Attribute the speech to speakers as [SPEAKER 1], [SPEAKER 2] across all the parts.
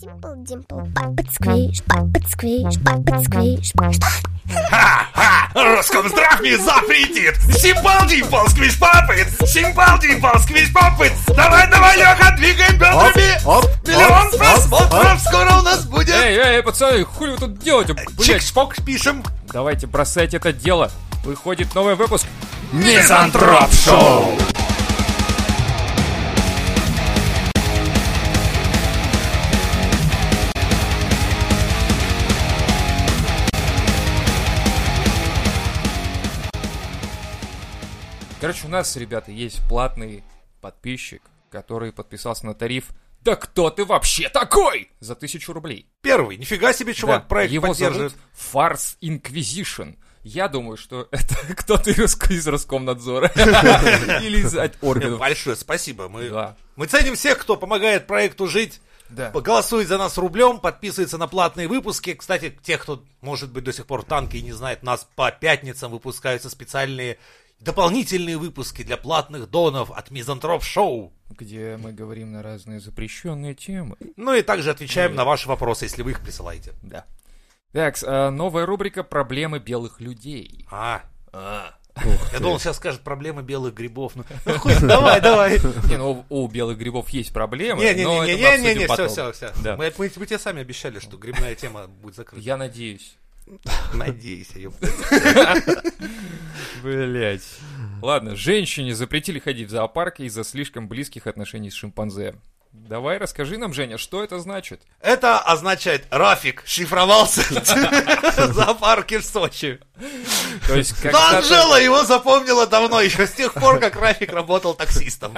[SPEAKER 1] Симпл Димпл, папот сквиш, папот сквиш, папот сквиш. Что?
[SPEAKER 2] Ха-ха! Роскомздрав мне запретит! Симпалди полсквиш папыц! Симпалди полсквиш папыц! Давай, давай, Леха, двигаем бедрами!
[SPEAKER 3] Оп, оп,
[SPEAKER 2] Миллион
[SPEAKER 3] оп,
[SPEAKER 2] просмотров скоро у нас будет!
[SPEAKER 4] Эй, эй, пацаны, хули вы тут
[SPEAKER 2] Э,
[SPEAKER 4] делаете? Блять,
[SPEAKER 2] Чик-шпок пишем!
[SPEAKER 4] давайте бросайте это дело. Выходит новый выпуск.
[SPEAKER 2] Мизантроп Шоу!
[SPEAKER 4] Короче, у нас, ребята, есть платный подписчик, который подписался на тариф «Да кто ты вообще такой?» за тысячу рублей.
[SPEAKER 2] Первый, нифига себе, чувак,
[SPEAKER 4] Да,
[SPEAKER 2] проект
[SPEAKER 4] Его
[SPEAKER 2] поддерживает.
[SPEAKER 4] зовут Фарс Инквизишн. Я думаю, что это кто-то из Роск- из Роскомнадзора. Или из от органов.
[SPEAKER 2] Большое спасибо. Мы,
[SPEAKER 4] Да.
[SPEAKER 2] мы ценим всех, кто помогает проекту жить.
[SPEAKER 4] Да.
[SPEAKER 2] Голосует за нас рублем, подписывается на платные выпуски. Кстати, те, кто, может быть, до сих пор в танке и не знает, нас по пятницам выпускаются специальные дополнительные выпуски для платных донов от Мизантроп Шоу.
[SPEAKER 4] Где мы говорим на разные запрещенные темы.
[SPEAKER 2] Ну и также отвечаем на ваши вопросы, если вы их присылаете.
[SPEAKER 4] Да. Так, с, а, новая рубрика «Проблемы белых людей».
[SPEAKER 2] А, я думал, сейчас скажет проблемы белых грибов. Ну, ну, хуй, давай, давай.
[SPEAKER 4] Не, ну у белых грибов есть
[SPEAKER 2] Ну,
[SPEAKER 4] проблемы, но это мы обсудим
[SPEAKER 2] Не-не-не-не-не-не, все,
[SPEAKER 4] потом.
[SPEAKER 2] все, все.
[SPEAKER 4] Да.
[SPEAKER 2] Мы, мы, мы тебе сами обещали, что грибная тема будет закрыта.
[SPEAKER 4] Я надеюсь.
[SPEAKER 2] Надеюсь, ёб.
[SPEAKER 4] Блять. Ладно, женщине запретили ходить в зоопарк из-за слишком близких отношений с шимпанзе. Давай расскажи нам, Женя, что это значит?
[SPEAKER 2] Это означает, Рафик шифровался в зоопарке в Сочи.
[SPEAKER 4] То есть, как
[SPEAKER 2] Но Анжела его запомнила давно, еще с тех пор, как Рафик работал таксистом.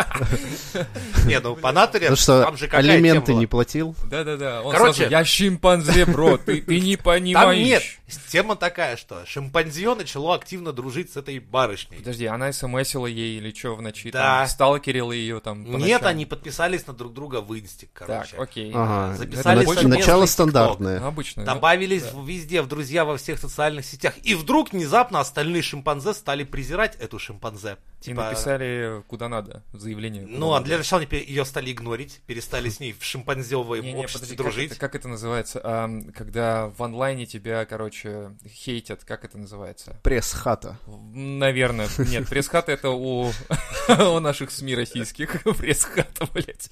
[SPEAKER 2] Не, ну по натуре,
[SPEAKER 3] Ну что,
[SPEAKER 2] там же какая
[SPEAKER 3] алименты
[SPEAKER 2] тема
[SPEAKER 3] не
[SPEAKER 2] была?
[SPEAKER 3] платил?
[SPEAKER 4] Да-да-да, он
[SPEAKER 2] Короче-
[SPEAKER 4] сразу, я шимпанзе, бро, ты, ты не понимаешь.
[SPEAKER 2] Там нет. Тема такая, что шимпанзио начало активно дружить с этой барышней.
[SPEAKER 4] Подожди, она смсила ей или что в ночи?
[SPEAKER 2] Да.
[SPEAKER 4] Там, сталкерила ее там по
[SPEAKER 2] Нет,
[SPEAKER 4] ночам?
[SPEAKER 2] они подписались на друг друга в инстик,
[SPEAKER 4] Так,
[SPEAKER 2] короче.
[SPEAKER 4] окей.
[SPEAKER 3] Ага,
[SPEAKER 2] записали
[SPEAKER 3] это нач-
[SPEAKER 2] совместный
[SPEAKER 3] начало
[SPEAKER 2] тикток.
[SPEAKER 3] стандартное.
[SPEAKER 4] Ну, обычно. да.
[SPEAKER 2] Добавились в- везде, в друзья во всех социальных сетях. И вдруг внезапно остальные шимпанзе стали презирать эту шимпанзе. Типа,
[SPEAKER 4] И написали куда надо, заявление.
[SPEAKER 2] Ну, а для начала ее стали игнорить, перестали с ней в шимпанзевое
[SPEAKER 4] Не-не,
[SPEAKER 2] обществе
[SPEAKER 4] подожди, как
[SPEAKER 2] дружить.
[SPEAKER 4] это- Как это, называется? Ам, когда в онлайне тебя, короче, хейтят, как это называется?
[SPEAKER 3] Пресс-хата.
[SPEAKER 4] Наверное, нет, пресс-хата это у, у наших СМИ российских, пресс-хата, блядь.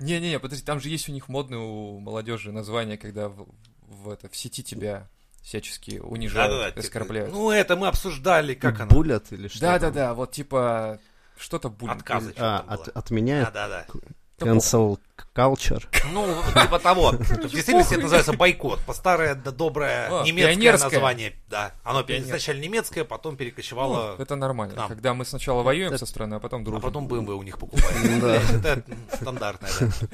[SPEAKER 4] Не-не-не, подожди, там же есть у них модное у молодежи название, когда в, в это, в сети тебя всячески унижают,
[SPEAKER 2] Да-да-да, типа,
[SPEAKER 4] оскорбляют.
[SPEAKER 2] Ну, это мы обсуждали, как она.
[SPEAKER 3] Булят или что? там?
[SPEAKER 4] Да-да-да, вот типа что-то буллинг.
[SPEAKER 2] Отказы.
[SPEAKER 4] или-
[SPEAKER 2] Чё
[SPEAKER 3] А,
[SPEAKER 2] там было?
[SPEAKER 3] от- отменяет
[SPEAKER 2] Да-да-да.
[SPEAKER 3] cancel culture.
[SPEAKER 2] Ну, типа того. В действительности это называется бойкот. По старое да доброе
[SPEAKER 4] А,
[SPEAKER 2] немецкое
[SPEAKER 4] пионерское.
[SPEAKER 2] название. Да. Оно пере- изначально немецкое, потом
[SPEAKER 4] Ну,
[SPEAKER 2] перекочевало,
[SPEAKER 4] это нормально,
[SPEAKER 2] к нам.
[SPEAKER 4] когда мы сначала воюем со страной, а потом
[SPEAKER 2] а
[SPEAKER 4] дружим.
[SPEAKER 2] потом БМВ у них покупали. Блядь, Это стандартное. да.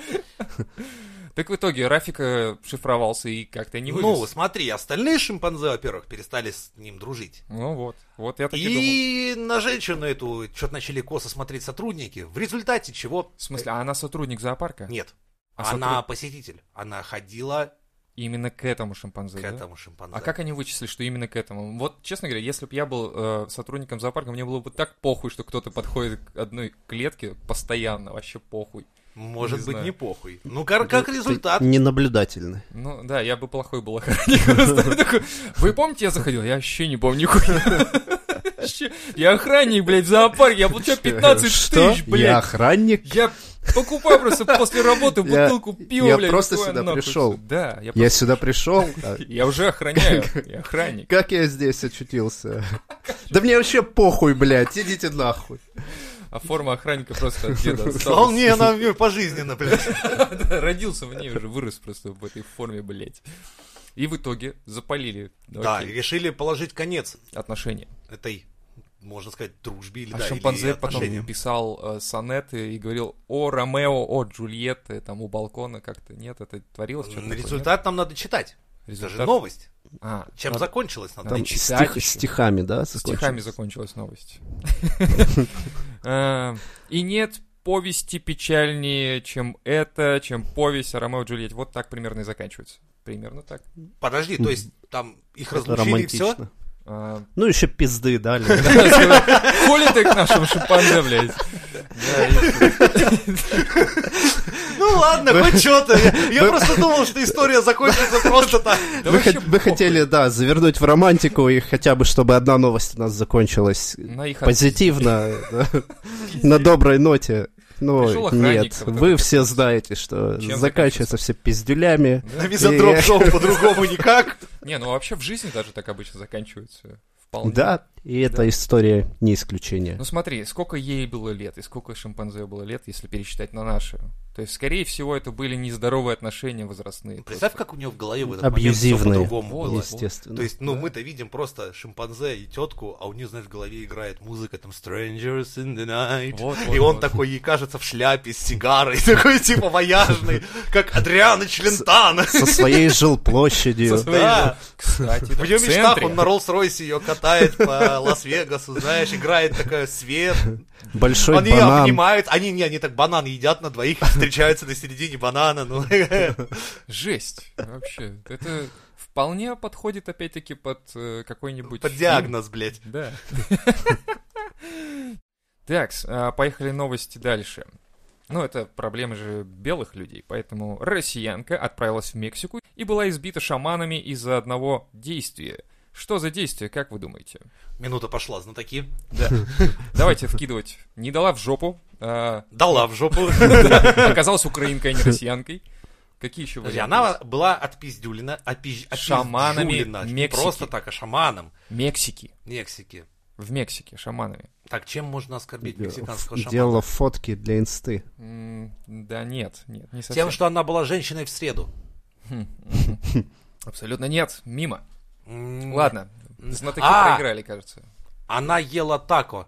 [SPEAKER 4] Так в итоге Рафик э, шифровался и как-то не вывез.
[SPEAKER 2] Ну, смотри, остальные шимпанзе, во-первых, перестали с ним дружить.
[SPEAKER 4] Ну вот, вот я так и, думал.
[SPEAKER 2] И на женщину эту что-то начали косо смотреть сотрудники, в результате чего...
[SPEAKER 4] В смысле, а она сотрудник зоопарка?
[SPEAKER 2] Нет,
[SPEAKER 4] А
[SPEAKER 2] она
[SPEAKER 4] сотруд-
[SPEAKER 2] посетитель. Она ходила
[SPEAKER 4] Именно к этому шимпанзе,
[SPEAKER 2] к
[SPEAKER 4] да?
[SPEAKER 2] этому шимпанзе.
[SPEAKER 4] А как они вычислили, что именно к этому? Вот, честно говоря, если бы я был э, сотрудником зоопарка, мне было бы так похуй, что кто-то подходит к одной клетке постоянно, вообще похуй.
[SPEAKER 2] Может
[SPEAKER 4] Не
[SPEAKER 2] быть,
[SPEAKER 4] знаю.
[SPEAKER 2] не похуй. Ну, кор- как
[SPEAKER 3] Ты
[SPEAKER 2] результат,
[SPEAKER 3] Ненаблюдательный.
[SPEAKER 4] Ну да, я бы плохой был охранник. Такой, Вы помните, я заходил? Я вообще не помню нихуя. Вообще, Я охранник, блядь, в зоопарке, я получаю 15
[SPEAKER 3] Что?
[SPEAKER 4] тысяч,
[SPEAKER 3] Я
[SPEAKER 4] блядь.
[SPEAKER 3] охранник?
[SPEAKER 4] Я покупаю просто после работы
[SPEAKER 3] Я-
[SPEAKER 4] бутылку пива,
[SPEAKER 3] я
[SPEAKER 4] блядь.
[SPEAKER 3] просто
[SPEAKER 4] такое
[SPEAKER 3] сюда
[SPEAKER 4] нахуй
[SPEAKER 3] пришел.
[SPEAKER 4] всё. Да, я
[SPEAKER 3] Я
[SPEAKER 4] просто...
[SPEAKER 3] сюда пришел. а
[SPEAKER 4] Я уже охраняю, я охранник.
[SPEAKER 3] Как я здесь очутился? Да мне вообще похуй, блядь, идите нахуй.
[SPEAKER 4] А форма охранника просто от деда осталась.
[SPEAKER 2] вполне она мне пожизненно, блядь.
[SPEAKER 4] Родился в ней уже, вырос просто в этой форме, блядь. И в итоге запалили ну,
[SPEAKER 2] Да, и
[SPEAKER 4] окей,
[SPEAKER 2] решили положить конец
[SPEAKER 4] отношения.
[SPEAKER 2] этой, можно сказать, дружбе или
[SPEAKER 4] А
[SPEAKER 2] да, или
[SPEAKER 4] шимпанзе потом
[SPEAKER 2] отношениям.
[SPEAKER 4] писал э, сонеты и говорил «О, Ромео, о, Джульетта», там у балкона как-то нет, это творилось что-то.
[SPEAKER 2] М,
[SPEAKER 4] такое,
[SPEAKER 2] Результат нам надо читать.
[SPEAKER 4] нет?
[SPEAKER 2] Это же
[SPEAKER 4] Результат-
[SPEAKER 2] новость.
[SPEAKER 4] А,
[SPEAKER 2] Чем
[SPEAKER 4] надо-
[SPEAKER 2] закончилась надо?
[SPEAKER 3] Там
[SPEAKER 4] читать
[SPEAKER 3] стих-
[SPEAKER 4] ещё.
[SPEAKER 3] стихами, да?
[SPEAKER 4] Стихами закончилась новость. Э, И нет повести печальнее, чем это, чем повесть о Ромео и Джульетте. Вот так примерно и заканчивается. Примерно так.
[SPEAKER 2] Подожди, то есть там их разлучили и все?
[SPEAKER 3] Романтично.
[SPEAKER 4] Э,
[SPEAKER 3] Ну, еще пизды дали.
[SPEAKER 4] Хули ты к нашим шимпанзе, блядь.
[SPEAKER 2] Ну ладно, хоть что-то. Я- Я просто думал, что история закончится просто так.
[SPEAKER 4] Да
[SPEAKER 3] Вы,
[SPEAKER 4] вообще
[SPEAKER 3] хот- вы хотели, да, завернуть в романтику и хотя бы, чтобы одна новость у нас закончилась
[SPEAKER 4] На их
[SPEAKER 3] позитивно, да, на доброй ноте.
[SPEAKER 4] Пришел
[SPEAKER 3] Но
[SPEAKER 4] охранник,
[SPEAKER 3] нет,
[SPEAKER 4] вот
[SPEAKER 3] вы все знаете, что
[SPEAKER 4] Чем
[SPEAKER 3] заканчиваются все пиздюлями.
[SPEAKER 2] На мизантроп-шоу по-другому никак.
[SPEAKER 4] Не, ну вообще в жизни даже так обычно заканчивается. Вполне.
[SPEAKER 3] Да, и эта история не исключение.
[SPEAKER 4] Ну смотри, сколько ей было лет и сколько шимпанзе было лет, если пересчитать на наши. То есть, скорее всего, это были нездоровые отношения возрастные.
[SPEAKER 2] Представь, как у него в голове в этот момент все
[SPEAKER 3] Абьюзивные,
[SPEAKER 2] по-другому было.
[SPEAKER 3] естественно.
[SPEAKER 2] То есть, ну, мы-то видим просто шимпанзе и тетку, а у нее, знаешь, в голове играет музыка там Strangers in the Night.
[SPEAKER 4] Вот,
[SPEAKER 2] и
[SPEAKER 4] вот,
[SPEAKER 2] он
[SPEAKER 4] вот.
[SPEAKER 2] такой, ей кажется, в шляпе с сигарой, такой типа вояжный, как Адриана Челентана.
[SPEAKER 3] Со своей жилплощадью.
[SPEAKER 4] Со своей-
[SPEAKER 2] Да.
[SPEAKER 4] Кстати,
[SPEAKER 2] В
[SPEAKER 4] да,
[SPEAKER 2] ее
[SPEAKER 4] в
[SPEAKER 2] мечтах
[SPEAKER 4] центре.
[SPEAKER 2] он на Роллс-Ройсе ее катает по Лас-Вегасу, знаешь, играет такая свет.
[SPEAKER 3] Большой
[SPEAKER 2] Они ее
[SPEAKER 3] банан.
[SPEAKER 2] обнимают, они, не, они так банан едят на двоих, встречаются на середине банана, ну,
[SPEAKER 4] Жесть. Вообще. Это вполне подходит, опять-таки, под э, какой-нибудь...
[SPEAKER 2] под
[SPEAKER 4] фильм.
[SPEAKER 2] диагноз, блядь.
[SPEAKER 4] Да. Так, а, поехали новости дальше. Ну, это проблемы же белых людей, поэтому россиянка отправилась в Мексику и была избита шаманами из-за одного действия. Что за действие, как вы думаете?
[SPEAKER 2] Минута пошла, знатоки.
[SPEAKER 4] Давайте вкидывать. Не дала в жопу, а,
[SPEAKER 2] Дала в жопу.
[SPEAKER 4] оказалась украинкой, а не россиянкой. Какие еще
[SPEAKER 2] Подожди,
[SPEAKER 4] варианты?
[SPEAKER 2] она была отпиздюлена, опи-
[SPEAKER 4] Шаманами
[SPEAKER 2] опиздюлена. Не
[SPEAKER 4] Мексики.
[SPEAKER 2] просто так, а шаманом
[SPEAKER 4] Мексики.
[SPEAKER 2] Мексики.
[SPEAKER 4] В Мексике, шаманами.
[SPEAKER 2] Так, чем можно оскорбить мексиканского шамана?
[SPEAKER 3] Делала э, фотки для инсты.
[SPEAKER 4] М, Да нет, нет, не совсем.
[SPEAKER 2] Тем, что она была женщиной в среду.
[SPEAKER 4] Абсолютно нет, мимо.
[SPEAKER 2] М,
[SPEAKER 4] Ладно, знатоки
[SPEAKER 2] А!
[SPEAKER 4] проиграли, кажется.
[SPEAKER 2] Она ела тако.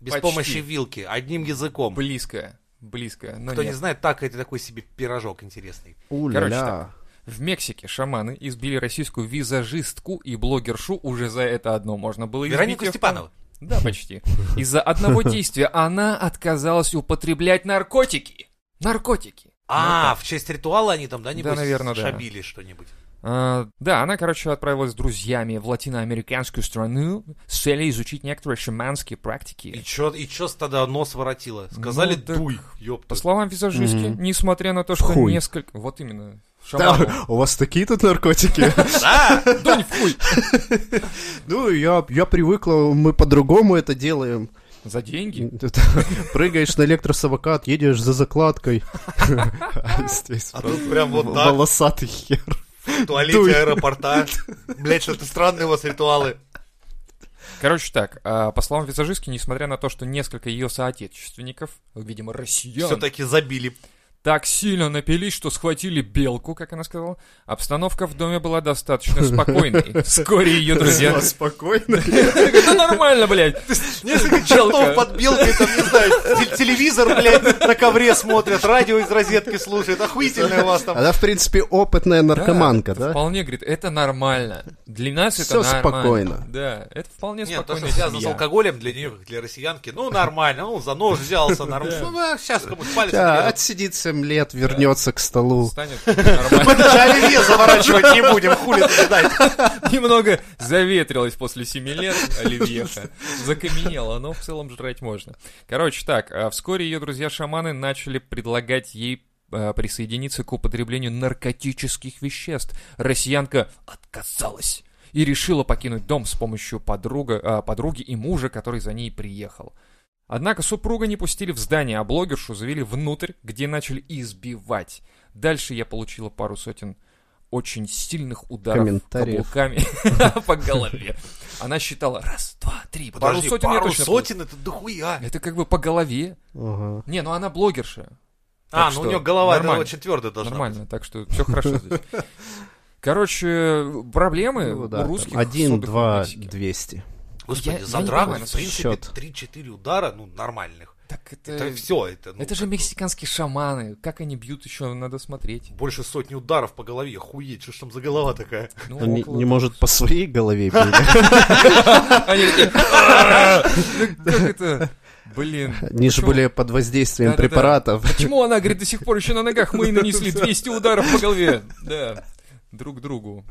[SPEAKER 2] Без
[SPEAKER 4] Почти.
[SPEAKER 2] помощи вилки, одним языком.
[SPEAKER 4] Близко, близко, но
[SPEAKER 2] Кто не
[SPEAKER 4] нет.
[SPEAKER 2] знает, тако это такой себе пирожок интересный.
[SPEAKER 3] Уля-ля.
[SPEAKER 4] В Мексике шаманы избили российскую визажистку и блогершу уже за это одно можно было избить.
[SPEAKER 2] Веронику
[SPEAKER 4] её в-
[SPEAKER 2] Степанову.
[SPEAKER 4] Да, почти. Из-за одного действия она отказалась употреблять наркотики. Наркотики.
[SPEAKER 2] А, в честь ритуала они там, да, небось,
[SPEAKER 4] наверно, Ну, да.
[SPEAKER 2] шабили что-нибудь.
[SPEAKER 4] А, да, она, короче, отправилась с друзьями в латиноамериканскую страну с целью изучить некоторые шаманские практики.
[SPEAKER 2] И чё, и чё тогда нос воротило? Сказали,
[SPEAKER 4] Ну, так-
[SPEAKER 2] дуй, ёпта.
[SPEAKER 4] По словам визажистки,
[SPEAKER 3] Мгм.
[SPEAKER 4] несмотря на то, что
[SPEAKER 3] Хуй.
[SPEAKER 4] несколько... Вот именно. Шаману.
[SPEAKER 3] Да, у вас такие тут наркотики?
[SPEAKER 2] Да!
[SPEAKER 4] Дунь в хуй.
[SPEAKER 3] Ну, я, я привыкла, мы по-другому это делаем.
[SPEAKER 4] За деньги?
[SPEAKER 3] Тут Прыгаешь на электросамокат, едешь за закладкой. А здесь
[SPEAKER 2] А
[SPEAKER 3] просто
[SPEAKER 2] тут прям вот так.
[SPEAKER 3] волосатый хер.
[SPEAKER 2] В туалете
[SPEAKER 3] Дуй.
[SPEAKER 2] аэропорта. Блять, что-то странные у вас ритуалы.
[SPEAKER 4] Короче так, а, по словам визажистки, несмотря на то, что несколько ее соотечественников, видимо, россиян,
[SPEAKER 2] Все-таки забили.
[SPEAKER 4] так сильно напились, что схватили белку, как она сказала, обстановка в доме была достаточно спокойной. Вскоре ее друзья...
[SPEAKER 3] Спокойно.
[SPEAKER 4] Это нормально, блядь!
[SPEAKER 2] Несколько
[SPEAKER 4] Белка.
[SPEAKER 2] чертов под белкой, там, не знаю, тел- телевизор, блядь, на ковре смотрят, радио из розетки слушают. Охуительное у вас там.
[SPEAKER 3] Она, в принципе, опытная наркоманка,
[SPEAKER 4] это
[SPEAKER 3] да?
[SPEAKER 4] Вполне, говорит, это нормально. Для нас это
[SPEAKER 3] Всё
[SPEAKER 4] нормально.
[SPEAKER 3] спокойно.
[SPEAKER 4] Да, это вполне
[SPEAKER 2] Нет, то,
[SPEAKER 4] спокойно.
[SPEAKER 2] что связано с алкоголем, для нее, как для россиянки, ну, нормально, ну, за нож взялся, нормально. Сейчас кому-то палец
[SPEAKER 3] Да,
[SPEAKER 2] отрежут.
[SPEAKER 3] отсидит 7 лет, вернется к столу.
[SPEAKER 4] Станет нормально.
[SPEAKER 2] Мы даже оливье заворачивать не будем, хули ждать.
[SPEAKER 4] Немного заветрилось после семи лет Оливьеха. Закаменело, но в целом жрать можно. Короче, так, а, вскоре ее друзья-шаманы начали предлагать ей а, присоединиться к употреблению наркотических веществ. Россиянка отказалась и решила покинуть дом с помощью подруга, а, подруги и мужа, который за ней приехал. Однако супруга не пустили в здание, а блогершу завели внутрь, где начали избивать. Дальше я получила пару сотен очень сильных ударов
[SPEAKER 3] Комментариев.
[SPEAKER 4] каблуками по голове. Она считала раз, два, три, пару
[SPEAKER 2] Подожди,
[SPEAKER 4] сотен я
[SPEAKER 2] пару
[SPEAKER 4] точно
[SPEAKER 2] сотен, это дохуя.
[SPEAKER 4] получила. Это как бы по голове.
[SPEAKER 3] Ага.
[SPEAKER 4] Не, ну она блогерша.
[SPEAKER 2] А,
[SPEAKER 4] Так
[SPEAKER 2] ну
[SPEAKER 4] что
[SPEAKER 2] у нее голова да,
[SPEAKER 4] нормально.
[SPEAKER 2] очень твердая должна быть.
[SPEAKER 4] Нормально, так что все хорошо здесь. Короче, проблемы
[SPEAKER 3] Ну да,
[SPEAKER 4] у
[SPEAKER 3] там
[SPEAKER 4] русских.
[SPEAKER 3] Один,
[SPEAKER 4] судов в
[SPEAKER 3] два,
[SPEAKER 4] Мексике.
[SPEAKER 3] двести.
[SPEAKER 4] Я-
[SPEAKER 2] Господи,
[SPEAKER 4] я
[SPEAKER 2] за
[SPEAKER 4] не
[SPEAKER 2] драку,
[SPEAKER 4] понимаю,
[SPEAKER 2] в принципе,
[SPEAKER 3] насчет.
[SPEAKER 2] 3-4 удара, ну, нормальных.
[SPEAKER 4] Так это...
[SPEAKER 2] Это все, это, ну,
[SPEAKER 4] Э, Это же мексиканские шаманы. Как они бьют, еще надо смотреть.
[SPEAKER 2] больше сотни ударов по голове, охуеть, что ж там за голова такая?
[SPEAKER 4] Ну,
[SPEAKER 3] Он не,
[SPEAKER 4] около
[SPEAKER 3] не
[SPEAKER 4] того.
[SPEAKER 3] может по своей голове бить.
[SPEAKER 4] Они такие, «А-а-а!» Ну, Как это? Блин.
[SPEAKER 3] Они же
[SPEAKER 4] почему-
[SPEAKER 3] были под воздействием
[SPEAKER 4] Да-да-да.
[SPEAKER 3] препаратов.
[SPEAKER 4] Почему она, говорит, до сих пор еще на ногах? Мы и нанесли 200 ударов по голове. Да. друг другу.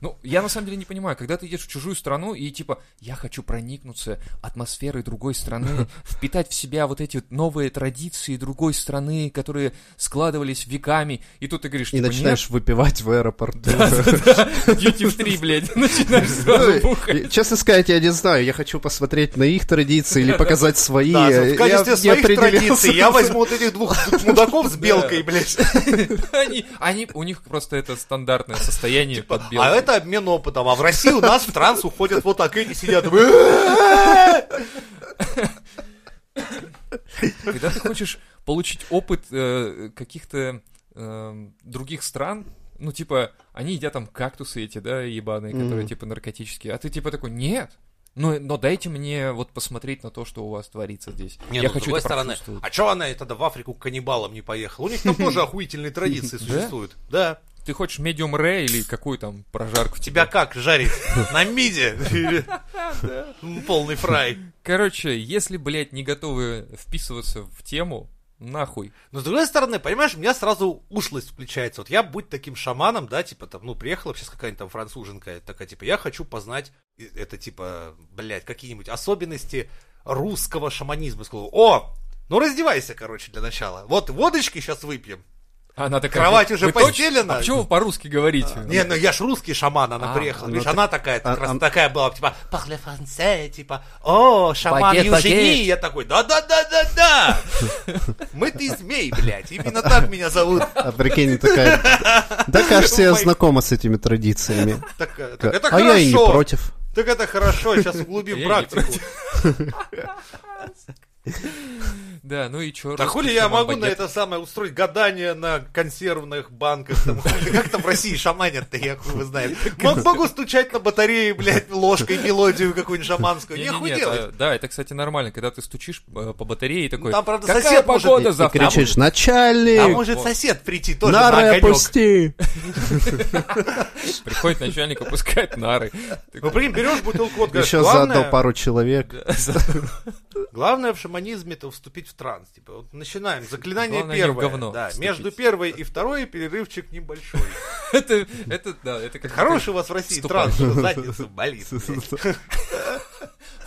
[SPEAKER 4] Ну, я на самом деле не понимаю, когда ты едешь в чужую страну и типа, я хочу проникнуться атмосферой другой страны, впитать в себя вот эти вот новые традиции другой страны, которые складывались веками, и тут ты говоришь,
[SPEAKER 3] И
[SPEAKER 4] типа,
[SPEAKER 3] начинаешь выпивать в аэропорту.
[SPEAKER 4] нет, duty free, блядь, начинаешь сразу
[SPEAKER 3] Ну,
[SPEAKER 4] бухать.
[SPEAKER 3] и- Честно сказать, я не знаю. Я хочу посмотреть на их традиции или показать свои.
[SPEAKER 2] Да, ну,
[SPEAKER 3] Я
[SPEAKER 2] в качестве
[SPEAKER 3] не
[SPEAKER 2] своих
[SPEAKER 3] определился.
[SPEAKER 2] традиций я возьму вот этих двух мудаков с белкой,
[SPEAKER 4] Да.
[SPEAKER 2] блядь.
[SPEAKER 4] Они, они, у них просто это стандартное состояние
[SPEAKER 3] Типа,
[SPEAKER 4] под белкой.
[SPEAKER 2] А это обмен опытом. А в России у нас в транс уходят вот так и сидят. «Э, «Э-э-э».
[SPEAKER 4] Когда ты хочешь получить опыт э, каких-то э, других стран, ну, типа, они едят там кактусы эти, да, ебаные, которые,
[SPEAKER 3] Мгм.
[SPEAKER 4] типа, наркотические, а ты, типа, такой, нет, ну, но дайте мне вот посмотреть на то, что у вас творится здесь.
[SPEAKER 2] Не,
[SPEAKER 4] Я
[SPEAKER 2] ну, с
[SPEAKER 4] хочу
[SPEAKER 2] другой
[SPEAKER 4] это
[SPEAKER 2] стороны,
[SPEAKER 4] прочувствовать.
[SPEAKER 2] а чё она и тогда в Африку к каннибалам не поехала? У них там тоже охуительные традиции существуют. Да.
[SPEAKER 4] Ты хочешь медиум ре или какую там прожарку?
[SPEAKER 2] Тебя как жарить? На миде? Или- М, Полный фрай.
[SPEAKER 4] Короче, если, блядь, не готовы вписываться в тему, нахуй.
[SPEAKER 2] Но с другой стороны, понимаешь, у меня сразу ушлость включается. Вот я будь таким шаманом, да, типа там, ну, приехала сейчас какая-нибудь там француженка, такая, типа, я хочу познать, э, это типа, блядь, какие-нибудь особенности русского шаманизма. Я Сказал, о, ну раздевайся, короче, для начала. Вот водочки сейчас выпьем.
[SPEAKER 4] А Она такая,
[SPEAKER 2] Кровать
[SPEAKER 4] «Вы
[SPEAKER 2] уже
[SPEAKER 4] точно-
[SPEAKER 2] постелена?»
[SPEAKER 4] А почему вы по-русски говорите?
[SPEAKER 2] Не, ну я ж русский шаман, она
[SPEAKER 4] А,
[SPEAKER 2] приехала.
[SPEAKER 3] ну
[SPEAKER 2] Видишь,
[SPEAKER 3] так-
[SPEAKER 2] она такая, как
[SPEAKER 3] а-
[SPEAKER 2] раз
[SPEAKER 3] а-
[SPEAKER 2] такая была, типа, parle français, типа, о, шаман
[SPEAKER 4] Багет,
[SPEAKER 2] Южини.
[SPEAKER 4] багет.
[SPEAKER 2] Я такой, да-да-да-да-да. Мы ты змей, блядь. Именно так меня зовут.
[SPEAKER 3] А прикинь, такая... Да, кажется, я знакома с этими традициями.
[SPEAKER 2] Так, э, так это
[SPEAKER 3] А я и не
[SPEAKER 2] хорошо.
[SPEAKER 3] против.
[SPEAKER 2] Так это хорошо, сейчас
[SPEAKER 4] Я и
[SPEAKER 2] углубим
[SPEAKER 4] не
[SPEAKER 2] практику.
[SPEAKER 4] Да, ну и чё?
[SPEAKER 2] Да
[SPEAKER 4] русский
[SPEAKER 2] хули я
[SPEAKER 4] шаман
[SPEAKER 2] могу на
[SPEAKER 4] багет?
[SPEAKER 2] это самое устроить гадание на консервных банках? там, хули, Как там в России шаманят-то, я хуй его знает. Мог- Могу стучать на батареи, блядь, ложкой мелодию какую-нибудь шаманскую.
[SPEAKER 4] Не-не-не,
[SPEAKER 2] Нехуй
[SPEAKER 4] это-
[SPEAKER 2] делать.
[SPEAKER 4] да, это, кстати, нормально, когда ты стучишь э, по батарее и такой,
[SPEAKER 2] Ну, там, правда,
[SPEAKER 4] какая
[SPEAKER 2] сосед может
[SPEAKER 4] погода
[SPEAKER 3] И и
[SPEAKER 4] завтра?
[SPEAKER 3] кричишь,
[SPEAKER 2] А
[SPEAKER 3] начальник,
[SPEAKER 2] может
[SPEAKER 4] вот.
[SPEAKER 2] сосед прийти тоже на
[SPEAKER 3] нары
[SPEAKER 2] огонек?
[SPEAKER 3] опусти.
[SPEAKER 4] Приходит начальник опускает нары.
[SPEAKER 2] Ну, прикинь, берешь бутылку вот, говоришь,
[SPEAKER 3] Еще заодно
[SPEAKER 2] главное,
[SPEAKER 3] пару человек.
[SPEAKER 2] главное в шаманизме это вступить в транс. Типа, вот начинаем. Заклинание
[SPEAKER 4] Главное не в
[SPEAKER 2] первое.
[SPEAKER 4] говно
[SPEAKER 2] да,
[SPEAKER 4] вступить.
[SPEAKER 2] между первой и второй перерывчик небольшой.
[SPEAKER 4] Это, это, да, это как...
[SPEAKER 2] Хороший у вас в России
[SPEAKER 4] Ступай.
[SPEAKER 2] транс, что задница болит. блядь.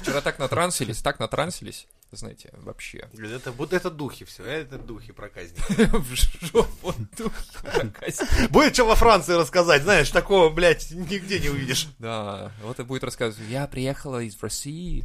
[SPEAKER 4] Вчера так натрансились, так натрансились, знаете, вообще.
[SPEAKER 2] Блин, Это, вот это духи все, это духи проказники.
[SPEAKER 4] В жопу духи, какая-то.
[SPEAKER 2] Будет что во Франции рассказать, знаешь, такого, блядь, нигде не увидишь.
[SPEAKER 4] Да, вот и будет рассказывать. Я приехала из России,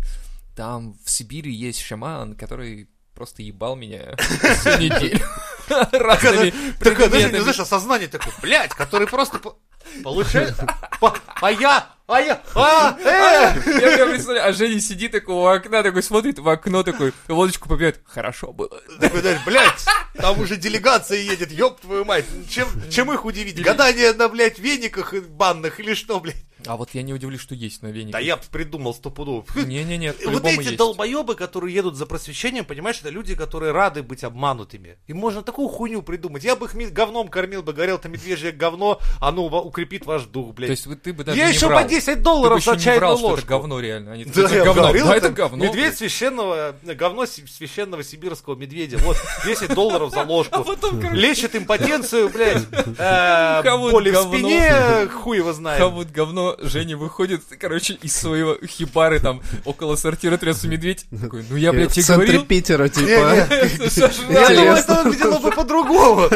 [SPEAKER 4] там в Сибири есть шаман, который просто ебал меня всю неделю.
[SPEAKER 2] Такое,
[SPEAKER 4] Разными
[SPEAKER 2] такое, даже не
[SPEAKER 4] предметами.
[SPEAKER 2] знаешь, осознание такое, блядь, который просто по- получает... по- А я, а я, а, э!
[SPEAKER 4] Я прям представляю, а Женя сидит такой у окна, такой смотрит в окно, такой водочку попьет. Хорошо было.
[SPEAKER 2] Такой, знаешь, блядь, там уже делегация едет, ёб твою мать. Чем, чем их удивить? Гадание на, блядь, вениках и банных или что, блядь?
[SPEAKER 4] А вот я не удивлюсь, что есть на венике.
[SPEAKER 2] Да я б придумал стопудово.
[SPEAKER 4] Не-не-не,
[SPEAKER 2] Вот эти
[SPEAKER 4] по-любому есть.
[SPEAKER 2] долбоебы, которые едут за просвещением, понимаешь, это люди, которые рады быть обманутыми. Им можно такую хуйню придумать. Я бы их ми- говном кормил бы, горел то медвежье говно, оно ва- укрепит ваш дух,
[SPEAKER 4] То
[SPEAKER 2] блядь.
[SPEAKER 4] есть вот ты бы даже
[SPEAKER 2] я
[SPEAKER 4] не
[SPEAKER 2] еще
[SPEAKER 4] брал.
[SPEAKER 2] по 10
[SPEAKER 4] Ты бы
[SPEAKER 2] долларов
[SPEAKER 4] еще
[SPEAKER 2] за
[SPEAKER 4] не
[SPEAKER 2] чайную
[SPEAKER 4] брал, что
[SPEAKER 2] ложку.
[SPEAKER 4] это говно реально. Они
[SPEAKER 2] Да,
[SPEAKER 4] такие,
[SPEAKER 2] я
[SPEAKER 4] это говно.
[SPEAKER 2] говорил,
[SPEAKER 4] Да,
[SPEAKER 2] это
[SPEAKER 4] это говно.
[SPEAKER 2] Медведь священного, э, говно си- священного сибирского медведя. Вот, 10 долларов за
[SPEAKER 4] А
[SPEAKER 2] ложку.
[SPEAKER 4] потом, короче,
[SPEAKER 2] Лечит импотенцию, блядь, э,
[SPEAKER 4] Кого
[SPEAKER 2] боли в
[SPEAKER 4] говно.
[SPEAKER 2] спине, хуй его знает.
[SPEAKER 4] вот говно, Женя выходит, короче, из своего хибары там около сортира трется медведь. Такой, ну я,
[SPEAKER 3] И
[SPEAKER 4] блядь,
[SPEAKER 3] В
[SPEAKER 4] тебе
[SPEAKER 3] центре
[SPEAKER 4] говорил. ну,
[SPEAKER 3] Питера,
[SPEAKER 2] Не-не.
[SPEAKER 3] типа.
[SPEAKER 2] Я
[SPEAKER 4] сожрали.
[SPEAKER 2] думаю,
[SPEAKER 3] Интересно.
[SPEAKER 2] это выглядело бы по-другому.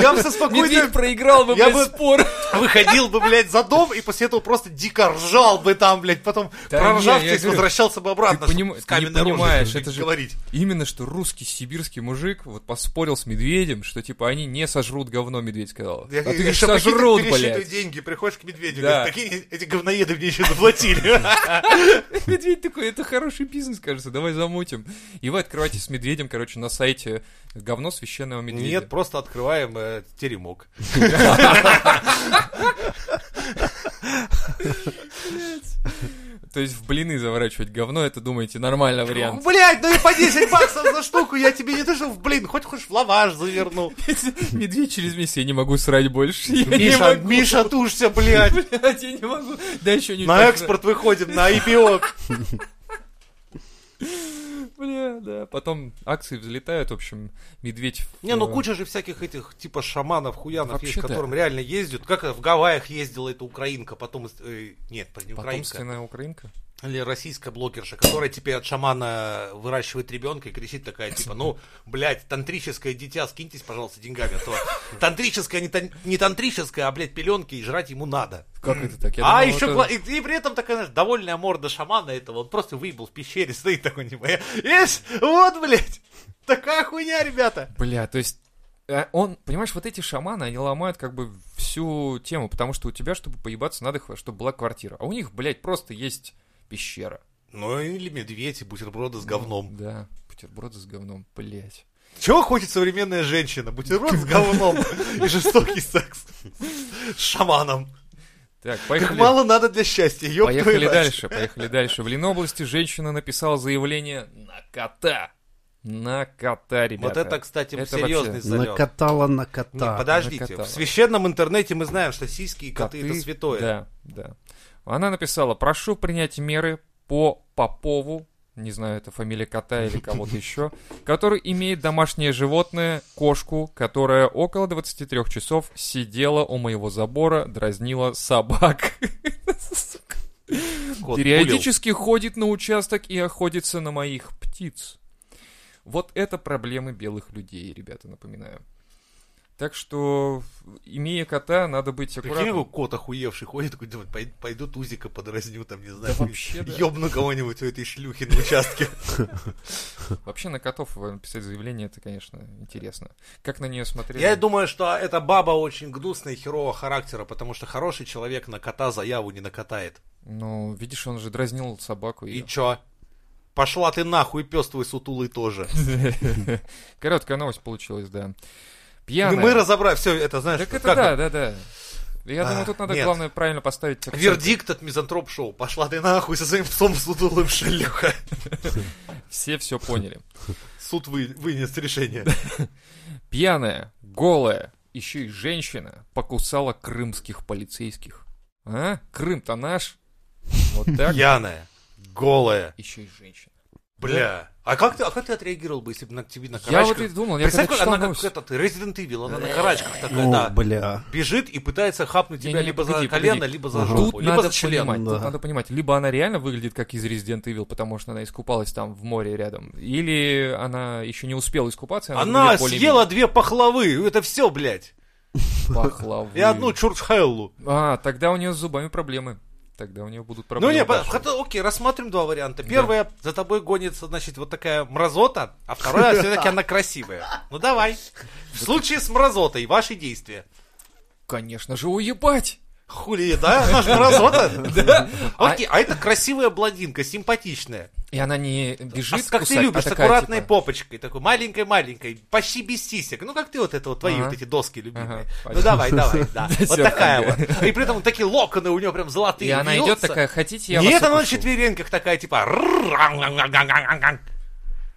[SPEAKER 2] Я бы со спокойной
[SPEAKER 4] Медведь проиграл бы,
[SPEAKER 2] Я
[SPEAKER 4] блядь,
[SPEAKER 2] бы-
[SPEAKER 4] спор.
[SPEAKER 2] выходил бы, блядь, за дом, и после этого просто дико ржал бы там, блядь, потом
[SPEAKER 4] Да не, я
[SPEAKER 2] проржавшись,
[SPEAKER 4] говорю,
[SPEAKER 2] возвращался бы обратно,
[SPEAKER 4] ты
[SPEAKER 2] чтоб
[SPEAKER 4] поним-
[SPEAKER 2] с
[SPEAKER 4] ты
[SPEAKER 2] каменной
[SPEAKER 4] не
[SPEAKER 2] рожей
[SPEAKER 4] понимаешь,
[SPEAKER 2] что-нибудь
[SPEAKER 4] это же-
[SPEAKER 2] говорить.
[SPEAKER 4] Именно что русский сибирский мужик вот поспорил с медведем, что типа они не сожрут говно, медведь сказал.
[SPEAKER 2] Я
[SPEAKER 4] а ты
[SPEAKER 2] говорю,
[SPEAKER 4] говоришь,
[SPEAKER 2] «Что, какие ты
[SPEAKER 4] сожрут,
[SPEAKER 2] пересчитывай
[SPEAKER 4] блядь.
[SPEAKER 2] деньги, приходишь к медведю,
[SPEAKER 4] Да.
[SPEAKER 2] говоришь, такие эти говноеды мне еще заплатили.
[SPEAKER 4] Медведь такой, это хороший бизнес, кажется, давай замутим. И вы открываете с медведем, короче, на сайте говно священного медведя.
[SPEAKER 2] Нет, просто открываем э, теремок.
[SPEAKER 4] То есть в блины заворачивать говно, это, думаете, нормальный вариант.
[SPEAKER 2] Блять, ну и по 10 баксов за штуку, я тебе не то что в блин, хоть хочешь в лаваш заверну.
[SPEAKER 4] Медведь через месяц, я не могу срать больше. Я не
[SPEAKER 2] Миша,
[SPEAKER 4] могу.
[SPEAKER 2] Миша, тушься, блядь.
[SPEAKER 4] Блядь, я не могу. Да еще не
[SPEAKER 2] На экспорт выходим, на IPO.
[SPEAKER 4] бля, да. Потом акции взлетают, в общем, Медведь...
[SPEAKER 2] Не, ну
[SPEAKER 4] э,
[SPEAKER 2] куча же всяких этих типа шаманов, хуянов есть,
[SPEAKER 4] Вообще-то-
[SPEAKER 2] которым реально ездят. Как в Гавайях ездила эта украинка, потом... из- э, нет, не украинка.
[SPEAKER 4] Потомственная украинка.
[SPEAKER 2] Или российская блогерша, которая теперь от шамана выращивает ребенка и кричит такая, типа, ну, блядь, тантрическое дитя, скиньтесь, пожалуйста, деньгами, а то тантрическое, не, тан- не тантрическое, а, блядь, пеленки и жрать ему надо.
[SPEAKER 4] Как это так? Я
[SPEAKER 2] а
[SPEAKER 4] думал,
[SPEAKER 2] еще
[SPEAKER 4] это-
[SPEAKER 2] кла- и, и при этом такая, знаешь, довольная морда шамана этого, он просто выебал в пещере, стоит такой, типа, «Э, есть, вот, блядь, такая хуйня, ребята.
[SPEAKER 4] Бля, то есть э, он, понимаешь, вот эти шаманы, они ломают как бы всю тему, потому что у тебя, чтобы поебаться, надо, хва- чтобы была квартира. А у них, блядь, просто есть пещера.
[SPEAKER 2] Ну или медведь и бутерброды с говном.
[SPEAKER 4] Да, бутерброды с говном, блядь.
[SPEAKER 2] Чего Ну, хочет современная женщина? Бутерброд с говном и жестокий секс с шаманом.
[SPEAKER 4] Так,
[SPEAKER 2] Как
[SPEAKER 4] поехали.
[SPEAKER 2] мало надо для счастья, ёб твою
[SPEAKER 4] Поехали
[SPEAKER 2] мать.
[SPEAKER 4] дальше, поехали дальше. В Ленобласти женщина написала заявление на кота. На кота,
[SPEAKER 2] Вот
[SPEAKER 4] ребята.
[SPEAKER 2] это, кстати,
[SPEAKER 4] Это
[SPEAKER 2] серьезный
[SPEAKER 4] вообще-
[SPEAKER 2] залет.
[SPEAKER 3] Накатала на
[SPEAKER 2] Не,
[SPEAKER 3] кота.
[SPEAKER 4] на
[SPEAKER 2] подождите,
[SPEAKER 4] кота.
[SPEAKER 2] в священном интернете мы знаем, что сиськи и коты,
[SPEAKER 4] Коты,
[SPEAKER 2] это святое.
[SPEAKER 4] Да, да. Она написала, прошу принять меры по Попову, не знаю, это фамилия кота или кого-то еще, который имеет домашнее животное, кошку, которая около 23 часов сидела у моего забора, дразнила собак. Сука.
[SPEAKER 2] Кот
[SPEAKER 4] Периодически ходит на участок и охотится на моих птиц. Вот это проблемы белых людей, ребята, напоминаю. Так что, имея кота, надо быть
[SPEAKER 2] пулил. Прикинь,
[SPEAKER 4] аккуратным.
[SPEAKER 2] какой кот охуевший ходит, такой думает, «Пой- пойду тузика подразню, там, не знаю,
[SPEAKER 4] вообще, да.
[SPEAKER 2] ёбну кого-нибудь у этой шлюхи на участке.
[SPEAKER 4] Вообще на котов написать заявление, это, конечно, интересно. Как на нее смотрели?
[SPEAKER 2] Я думаю, что эта баба очень гнусная и херового характера, потому что хороший человек на кота заяву не накатает.
[SPEAKER 4] Ну, видишь, он же дразнил собаку.
[SPEAKER 2] И
[SPEAKER 4] её.
[SPEAKER 2] чё? Пошла ты нахуй, пес твой сутулый тоже.
[SPEAKER 4] Короткая новость получилась, да. Пьяная.
[SPEAKER 2] Ну, Мы разобрали, все это, знаешь,
[SPEAKER 4] Так это
[SPEAKER 2] как
[SPEAKER 4] да, да, да. Я
[SPEAKER 2] А,
[SPEAKER 4] думаю, тут надо,
[SPEAKER 2] нет.
[SPEAKER 4] главное, правильно поставить... акцент.
[SPEAKER 2] Вердикт от мизантроп шоу. Пошла ты нахуй со своим псом сутулым шелюха.
[SPEAKER 4] Все все поняли.
[SPEAKER 2] Суд вы- вынес решение.
[SPEAKER 4] Пьяная, голая, еще и женщина покусала крымских полицейских. А? Крым-то наш. Вот так.
[SPEAKER 2] Пьяная, голая,
[SPEAKER 4] Еще и женщина.
[SPEAKER 2] бля. А как ты, а как ты отреагировал бы, если бы на тебе на
[SPEAKER 4] Я вот
[SPEAKER 2] карачках?
[SPEAKER 4] и думал, я
[SPEAKER 2] Представь,
[SPEAKER 4] когда
[SPEAKER 2] как
[SPEAKER 4] читал
[SPEAKER 2] она как
[SPEAKER 4] новость-
[SPEAKER 2] этот Resident Evil, она на карачках такая,
[SPEAKER 3] Ну,
[SPEAKER 2] да.
[SPEAKER 3] бля.
[SPEAKER 2] Бежит и пытается хапнуть тебя
[SPEAKER 4] Не-не-не,
[SPEAKER 2] либо
[SPEAKER 4] погоди,
[SPEAKER 2] за колено,
[SPEAKER 4] погоди.
[SPEAKER 2] либо за
[SPEAKER 3] Ага.
[SPEAKER 2] жопу,
[SPEAKER 4] Тут
[SPEAKER 2] либо
[SPEAKER 4] надо
[SPEAKER 2] за член.
[SPEAKER 4] понимать, тут
[SPEAKER 3] Да.
[SPEAKER 4] надо понимать, либо она реально выглядит как из Resident Evil, потому что она искупалась там в море рядом, или она еще не успела искупаться, и она,
[SPEAKER 2] Она
[SPEAKER 4] выглядит более-менее
[SPEAKER 2] съела две пахлавы, это все, блядь.
[SPEAKER 4] пахлавы.
[SPEAKER 2] И одну чурчхеллу.
[SPEAKER 4] А, тогда у нее с зубами проблемы. Тогда у нее будут
[SPEAKER 2] Ну
[SPEAKER 4] проблемы.
[SPEAKER 2] не, по-
[SPEAKER 4] дальше.
[SPEAKER 2] хотя- окей, рассмотрим два варианта. Первое, за тобой гонится, значит, вот такая мразота, а второе, все-таки она красивая. Ну давай. В случае с мразотой, ваши действия.
[SPEAKER 4] Конечно же, уебать!
[SPEAKER 2] Хули, да? Она же мразота. Да. Окей, а это красивая блондинка, симпатичная.
[SPEAKER 4] И она не
[SPEAKER 2] А
[SPEAKER 4] бежит
[SPEAKER 2] с- как ты
[SPEAKER 4] кусать, а
[SPEAKER 2] любишь, с
[SPEAKER 4] такая,
[SPEAKER 2] аккуратной
[SPEAKER 4] типа,
[SPEAKER 2] попочкой, такой маленькой-маленькой, почти без сисек. Ну, как ты вот это вот, твои
[SPEAKER 4] Ага.
[SPEAKER 2] вот эти доски любимые.
[SPEAKER 4] Ага,
[SPEAKER 2] ну,
[SPEAKER 4] понятно.
[SPEAKER 2] давай, давай, да. Вот
[SPEAKER 4] Всё,
[SPEAKER 2] такая
[SPEAKER 4] ага.
[SPEAKER 2] вот. И при этом такие локоны у нее прям золотые
[SPEAKER 4] И она идет
[SPEAKER 2] вьются.
[SPEAKER 4] такая, хотите, я
[SPEAKER 2] Нет,
[SPEAKER 4] вас
[SPEAKER 2] она на
[SPEAKER 4] укушу?»
[SPEAKER 2] четвереньках такая, типа... «Рррр, ам, ам, ам, ам, ам, ам».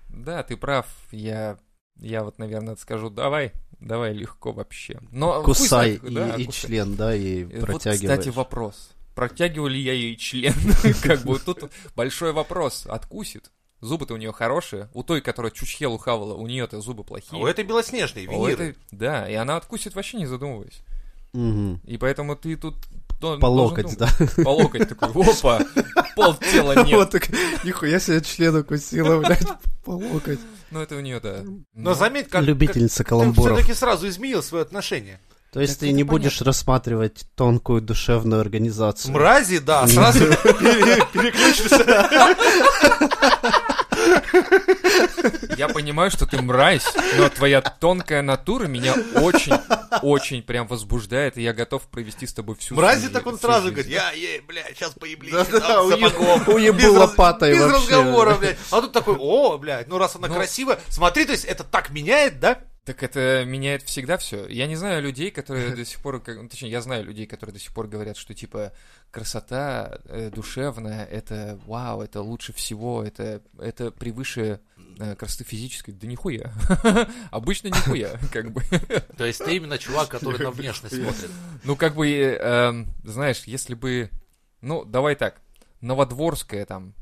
[SPEAKER 4] Да, ты прав, я... Я вот, наверное, скажу, давай, давай легко вообще. Но хуй
[SPEAKER 3] Кусай
[SPEAKER 4] знает, да,
[SPEAKER 3] и, и
[SPEAKER 4] кусай.
[SPEAKER 3] член, да, и
[SPEAKER 4] Э, Вот,
[SPEAKER 3] протягивай.
[SPEAKER 4] кстати, вопрос. Протягивал ли я ей член? Как бы тут большой вопрос. Откусит? Зубы-то у нее хорошие. У той, которая чучхелу хавала, у нее-то зубы
[SPEAKER 2] А
[SPEAKER 4] плохие.
[SPEAKER 2] у этой белоснежной
[SPEAKER 4] А у
[SPEAKER 2] виниры.
[SPEAKER 4] этой- Да, и она откусит вообще не задумываясь.
[SPEAKER 3] Мгм.
[SPEAKER 4] И поэтому ты тут... до-
[SPEAKER 3] По
[SPEAKER 4] должен думать.
[SPEAKER 3] локоть, да.
[SPEAKER 4] По локоть такой, опа, пол тела нет.
[SPEAKER 3] Вот так, нихуя себе член укусила, блядь, по локоть.
[SPEAKER 4] Ну это у нее, да.
[SPEAKER 2] Но
[SPEAKER 4] ну,
[SPEAKER 2] заметь, как...
[SPEAKER 3] Любительница
[SPEAKER 2] Ты
[SPEAKER 3] каламбуров.
[SPEAKER 2] все-таки сразу изменил свое отношение.
[SPEAKER 3] То есть
[SPEAKER 4] Так
[SPEAKER 3] ты
[SPEAKER 4] это
[SPEAKER 3] не будешь рассматривать тонкую душевную организацию.
[SPEAKER 2] Мрази, да, сразу пере- переключился.
[SPEAKER 4] Я понимаю, что ты мразь, но твоя тонкая натура меня очень, очень прям возбуждает, и я готов провести с тобой всю
[SPEAKER 2] Мрази,
[SPEAKER 4] свою
[SPEAKER 2] так он
[SPEAKER 4] жизнь- всю
[SPEAKER 2] сразу
[SPEAKER 4] жизнь.
[SPEAKER 2] говорит, я, ей, бля, сейчас поеблись.
[SPEAKER 3] Да-да,
[SPEAKER 2] там,
[SPEAKER 3] уе-
[SPEAKER 2] сапогом».
[SPEAKER 3] уебу
[SPEAKER 2] Без раз-
[SPEAKER 3] лопатой
[SPEAKER 2] Без
[SPEAKER 3] вообще.
[SPEAKER 2] разговора, блядь. А тут такой, о, блядь, ну раз она
[SPEAKER 4] Ну.
[SPEAKER 2] красивая, смотри, то есть это так меняет, да?
[SPEAKER 4] Так это меняет всегда все. Я не знаю людей, которые до сих пор, как- ну, точнее, я знаю людей, которые до сих пор говорят, что типа красота э, душевная, это вау, это лучше всего, это, это превыше э, красоты физической. Да нихуя. Обычно нихуя, как бы.
[SPEAKER 2] То есть ты именно чувак, который на внешность смотрит.
[SPEAKER 4] Ну, как бы, э, эм, знаешь, если бы... Ну, давай так. Новодворская там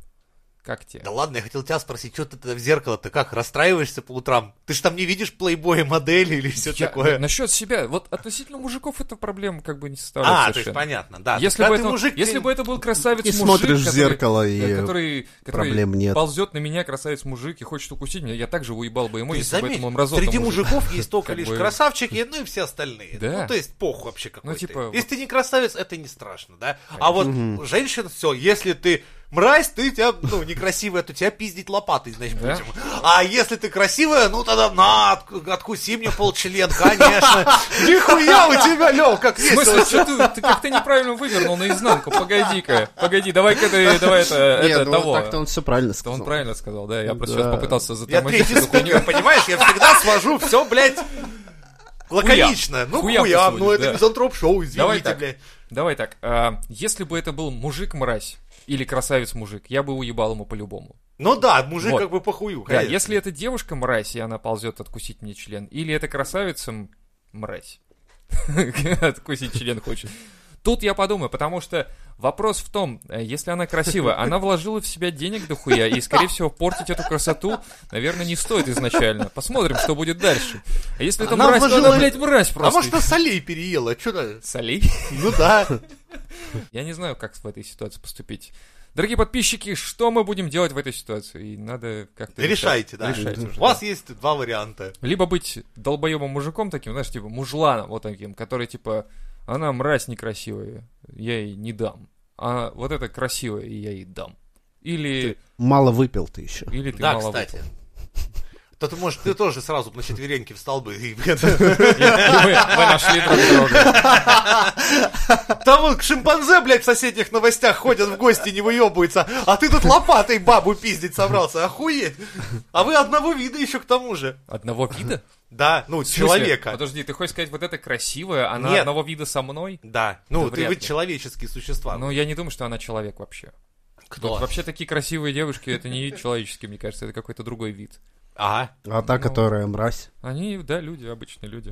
[SPEAKER 4] Как тебе?
[SPEAKER 2] Да ладно, я хотел тебя спросить, что ты тогда в зеркало-то как, расстраиваешься по утрам? Ты же там не видишь плейбоя модели или все
[SPEAKER 4] Я-
[SPEAKER 2] такое?
[SPEAKER 4] Насчет себя, вот относительно мужиков эта проблема как бы не составляет
[SPEAKER 2] А, то есть
[SPEAKER 4] совершенно.
[SPEAKER 2] понятно, да.
[SPEAKER 4] если
[SPEAKER 2] Когда
[SPEAKER 4] бы,
[SPEAKER 2] ты
[SPEAKER 4] это,
[SPEAKER 2] мужик,
[SPEAKER 4] если
[SPEAKER 2] ты-
[SPEAKER 4] бы это был красавец
[SPEAKER 3] И
[SPEAKER 4] мужик,
[SPEAKER 3] смотришь в
[SPEAKER 4] который-
[SPEAKER 3] зеркало, и
[SPEAKER 4] э, который, который
[SPEAKER 3] проблем нет.
[SPEAKER 4] ползет на меня, красавец мужик, и хочет укусить меня, я также уебал бы ему,
[SPEAKER 2] Ты
[SPEAKER 4] если бы
[SPEAKER 2] заметь,
[SPEAKER 4] это был мразотом
[SPEAKER 2] среди
[SPEAKER 4] мужик.
[SPEAKER 2] мужиков есть только
[SPEAKER 4] Как
[SPEAKER 2] лишь
[SPEAKER 4] бы-
[SPEAKER 2] красавчики, ну и все остальные.
[SPEAKER 4] Да.
[SPEAKER 2] Ну, то есть похуй вообще какой
[SPEAKER 4] Ну,
[SPEAKER 2] ты.
[SPEAKER 4] типа,
[SPEAKER 2] Если ты не красавец, это не страшно, да? А вот женщин все, если ты мразь, ты тебя, ну, некрасивая, то тебя пиздить лопатой, значит,
[SPEAKER 4] Да.
[SPEAKER 2] будем. А если ты красивая, ну, тогда на, отк- откуси мне полчлен, конечно. Нихуя у тебя, Лев, как
[SPEAKER 4] В смысле,
[SPEAKER 2] весело.
[SPEAKER 4] что ты, ты как-то неправильно вывернул наизнанку, погоди-ка, погоди, давай-ка ты, давай это,
[SPEAKER 3] Не,
[SPEAKER 4] это
[SPEAKER 3] ну
[SPEAKER 4] того.
[SPEAKER 3] так-то он все правильно
[SPEAKER 4] Да
[SPEAKER 3] сказал.
[SPEAKER 4] он правильно сказал, да, я просто
[SPEAKER 3] Да.
[SPEAKER 4] сейчас попытался
[SPEAKER 2] Я
[SPEAKER 4] затормозить.
[SPEAKER 2] третий
[SPEAKER 4] эту хуйню.
[SPEAKER 2] спикер, понимаешь? Я всегда свожу все, блядь, лаконично. Ну,
[SPEAKER 4] Хуям ты
[SPEAKER 2] хуя, ну,
[SPEAKER 4] сводишь, да.
[SPEAKER 2] это мизантроп-шоу,
[SPEAKER 4] Давай
[SPEAKER 2] извините,
[SPEAKER 4] так.
[SPEAKER 2] блядь.
[SPEAKER 4] Давай так. а, если бы это был мужик-мразь или красавец-мужик, я бы уебал ему по-любому.
[SPEAKER 2] Ну да, мужик
[SPEAKER 4] Вот.
[SPEAKER 2] как бы похую,
[SPEAKER 4] Да,
[SPEAKER 2] конечно.
[SPEAKER 4] если это девушка-мразь, и она ползет откусить мне член, или это красавица-мразь, откусить член хочет. Тут я подумаю, потому что вопрос в том, э, если она красивая, она вложила в себя денег дохуя, и, скорее всего, портить эту красоту, наверное, не стоит изначально. Посмотрим, что будет дальше. А если это
[SPEAKER 2] Она
[SPEAKER 4] мразь, то
[SPEAKER 2] вложила-
[SPEAKER 4] она, блядь, мразь
[SPEAKER 2] А
[SPEAKER 4] просто.
[SPEAKER 2] может, она солей переела, что
[SPEAKER 4] Солей?
[SPEAKER 2] Ну да.
[SPEAKER 4] Я не знаю, как в этой ситуации поступить. Дорогие подписчики, что мы будем делать в этой ситуации? И надо как-то...
[SPEAKER 2] Решайте,
[SPEAKER 4] решать.
[SPEAKER 2] да.
[SPEAKER 4] Решайте уже,
[SPEAKER 2] У
[SPEAKER 4] да.
[SPEAKER 2] вас есть два варианта.
[SPEAKER 4] Либо быть долбоебым мужиком таким, знаешь, типа мужланом вот таким, который типа, она мразь некрасивая, я ей не дам. А вот это красивая, и я ей дам. Или,
[SPEAKER 3] Мало выпил ты еще.
[SPEAKER 4] или ты
[SPEAKER 2] Да,
[SPEAKER 4] мало
[SPEAKER 2] кстати. То ты, может, ты тоже сразу бы на четвереньки встал бы и...
[SPEAKER 4] выпил. И мы- мы нашли друг друга.
[SPEAKER 2] Там вот к шимпанзе, блядь, в соседних новостях ходят в гости, не выебываются, а ты тут лопатой бабу пиздить собрался, охуеть. А вы одного вида еще к тому же.
[SPEAKER 4] Одного вида?
[SPEAKER 2] Да, ну,
[SPEAKER 4] В смысле?
[SPEAKER 2] человека.
[SPEAKER 4] Подожди, ты хочешь сказать, вот это красивая, она
[SPEAKER 2] Нет.
[SPEAKER 4] одного вида со мной?
[SPEAKER 2] Да, ну,
[SPEAKER 4] Да
[SPEAKER 2] ты
[SPEAKER 4] вряд
[SPEAKER 2] вы
[SPEAKER 4] ли.
[SPEAKER 2] человеческие существа.
[SPEAKER 4] Ну, я не думаю, что она человек вообще. Вот
[SPEAKER 2] кто?
[SPEAKER 4] Вообще такие красивые девушки, это не человеческие, мне кажется, это какой-то другой вид.
[SPEAKER 2] А,
[SPEAKER 3] А та, которая мразь.
[SPEAKER 4] Они, да, люди, обычные люди.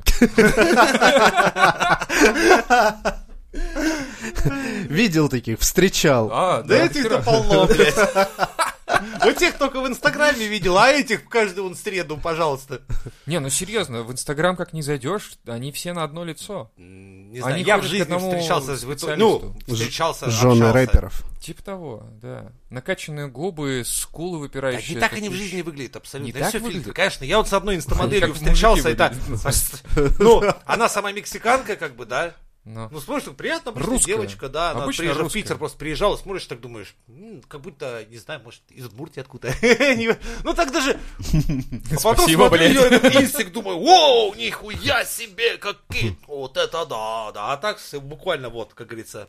[SPEAKER 3] Видел таких, встречал.
[SPEAKER 4] А,
[SPEAKER 2] Да
[SPEAKER 4] хера.
[SPEAKER 2] этих-то полно, блядь. Вот тех только в Инстаграме видел, а этих каждую он среду, пожалуйста.
[SPEAKER 4] Не, ну серьезно, в Инстаграм как не зайдешь, они все на одно лицо.
[SPEAKER 2] Не
[SPEAKER 4] Они
[SPEAKER 2] знаю, я в
[SPEAKER 4] ходят к
[SPEAKER 2] жизни
[SPEAKER 4] одному
[SPEAKER 2] встречался с в итоге- Ну,
[SPEAKER 4] специалисту.
[SPEAKER 2] встречался,
[SPEAKER 3] Жены
[SPEAKER 2] общался.
[SPEAKER 3] рэперов.
[SPEAKER 4] Типа того, да. Накачанные губы, скулы
[SPEAKER 2] Да
[SPEAKER 4] выпирающие.
[SPEAKER 2] не так они
[SPEAKER 4] такие.
[SPEAKER 2] в жизни выглядят абсолютно.
[SPEAKER 4] Не
[SPEAKER 2] Это
[SPEAKER 4] так
[SPEAKER 2] всё фильтры.
[SPEAKER 4] выглядят?
[SPEAKER 2] Конечно, я вот с одной
[SPEAKER 4] Они
[SPEAKER 2] инстамоделью
[SPEAKER 4] как
[SPEAKER 2] встречался, и
[SPEAKER 4] мужики
[SPEAKER 2] так... Ну, она сама мексиканка, как бы, да?
[SPEAKER 4] Ну.
[SPEAKER 2] Ну, смотришь, так приятно, обычная
[SPEAKER 4] Русская.
[SPEAKER 2] девочка, да, она
[SPEAKER 4] Обычная
[SPEAKER 2] приезжала в
[SPEAKER 4] русская.
[SPEAKER 2] Питер, просто приезжала, смотришь, так думаешь, «М, как будто, не знаю, может, из Удмуртии откуда. Не- Ну, так даже... А потом
[SPEAKER 4] Спасибо,
[SPEAKER 2] смотрю
[SPEAKER 4] блядь.
[SPEAKER 2] её этот инстик, думаю, воу, нихуя себе,
[SPEAKER 4] Хм.
[SPEAKER 2] какие... Вот это да, да. А так с- буквально вот, как говорится,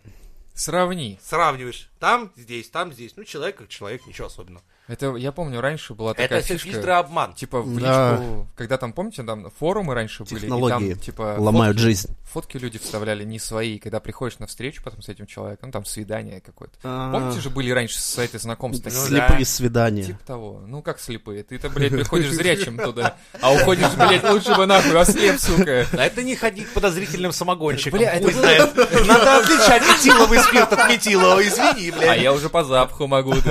[SPEAKER 4] Сравни.
[SPEAKER 2] сравниваешь. Там, здесь, там, здесь. Ну, человек как человек, ничего особенного.
[SPEAKER 4] Это, я помню, раньше была такая
[SPEAKER 2] Это все
[SPEAKER 4] фишка.
[SPEAKER 2] фильтры обман.
[SPEAKER 4] Типа в
[SPEAKER 3] Да.
[SPEAKER 4] личку, когда там, помните, там форумы раньше были, и
[SPEAKER 3] Технологии
[SPEAKER 4] там, типа,
[SPEAKER 3] ломают
[SPEAKER 4] фотки-
[SPEAKER 3] жизнь.
[SPEAKER 4] Фотки люди вставляли не свои, когда приходишь на встречу потом с этим человеком, ну, там свидание какое-то.
[SPEAKER 3] А.
[SPEAKER 4] Помните же были раньше сайты знакомств? такие?
[SPEAKER 2] Ну
[SPEAKER 3] Слепые свидания.
[SPEAKER 4] Типа того. Ну как слепые? Ты-то, блядь, приходишь зрячим туда, а уходишь, блядь, лучше бы нахуй, ослеп, сука.
[SPEAKER 2] А это не ходить к подозрительным самогонщикам.
[SPEAKER 4] Бля,
[SPEAKER 2] хуй
[SPEAKER 4] это
[SPEAKER 2] знает. Надо отличать метиловый спирт от метилового, извини, блядь.
[SPEAKER 4] А я уже по запаху могу, да. вот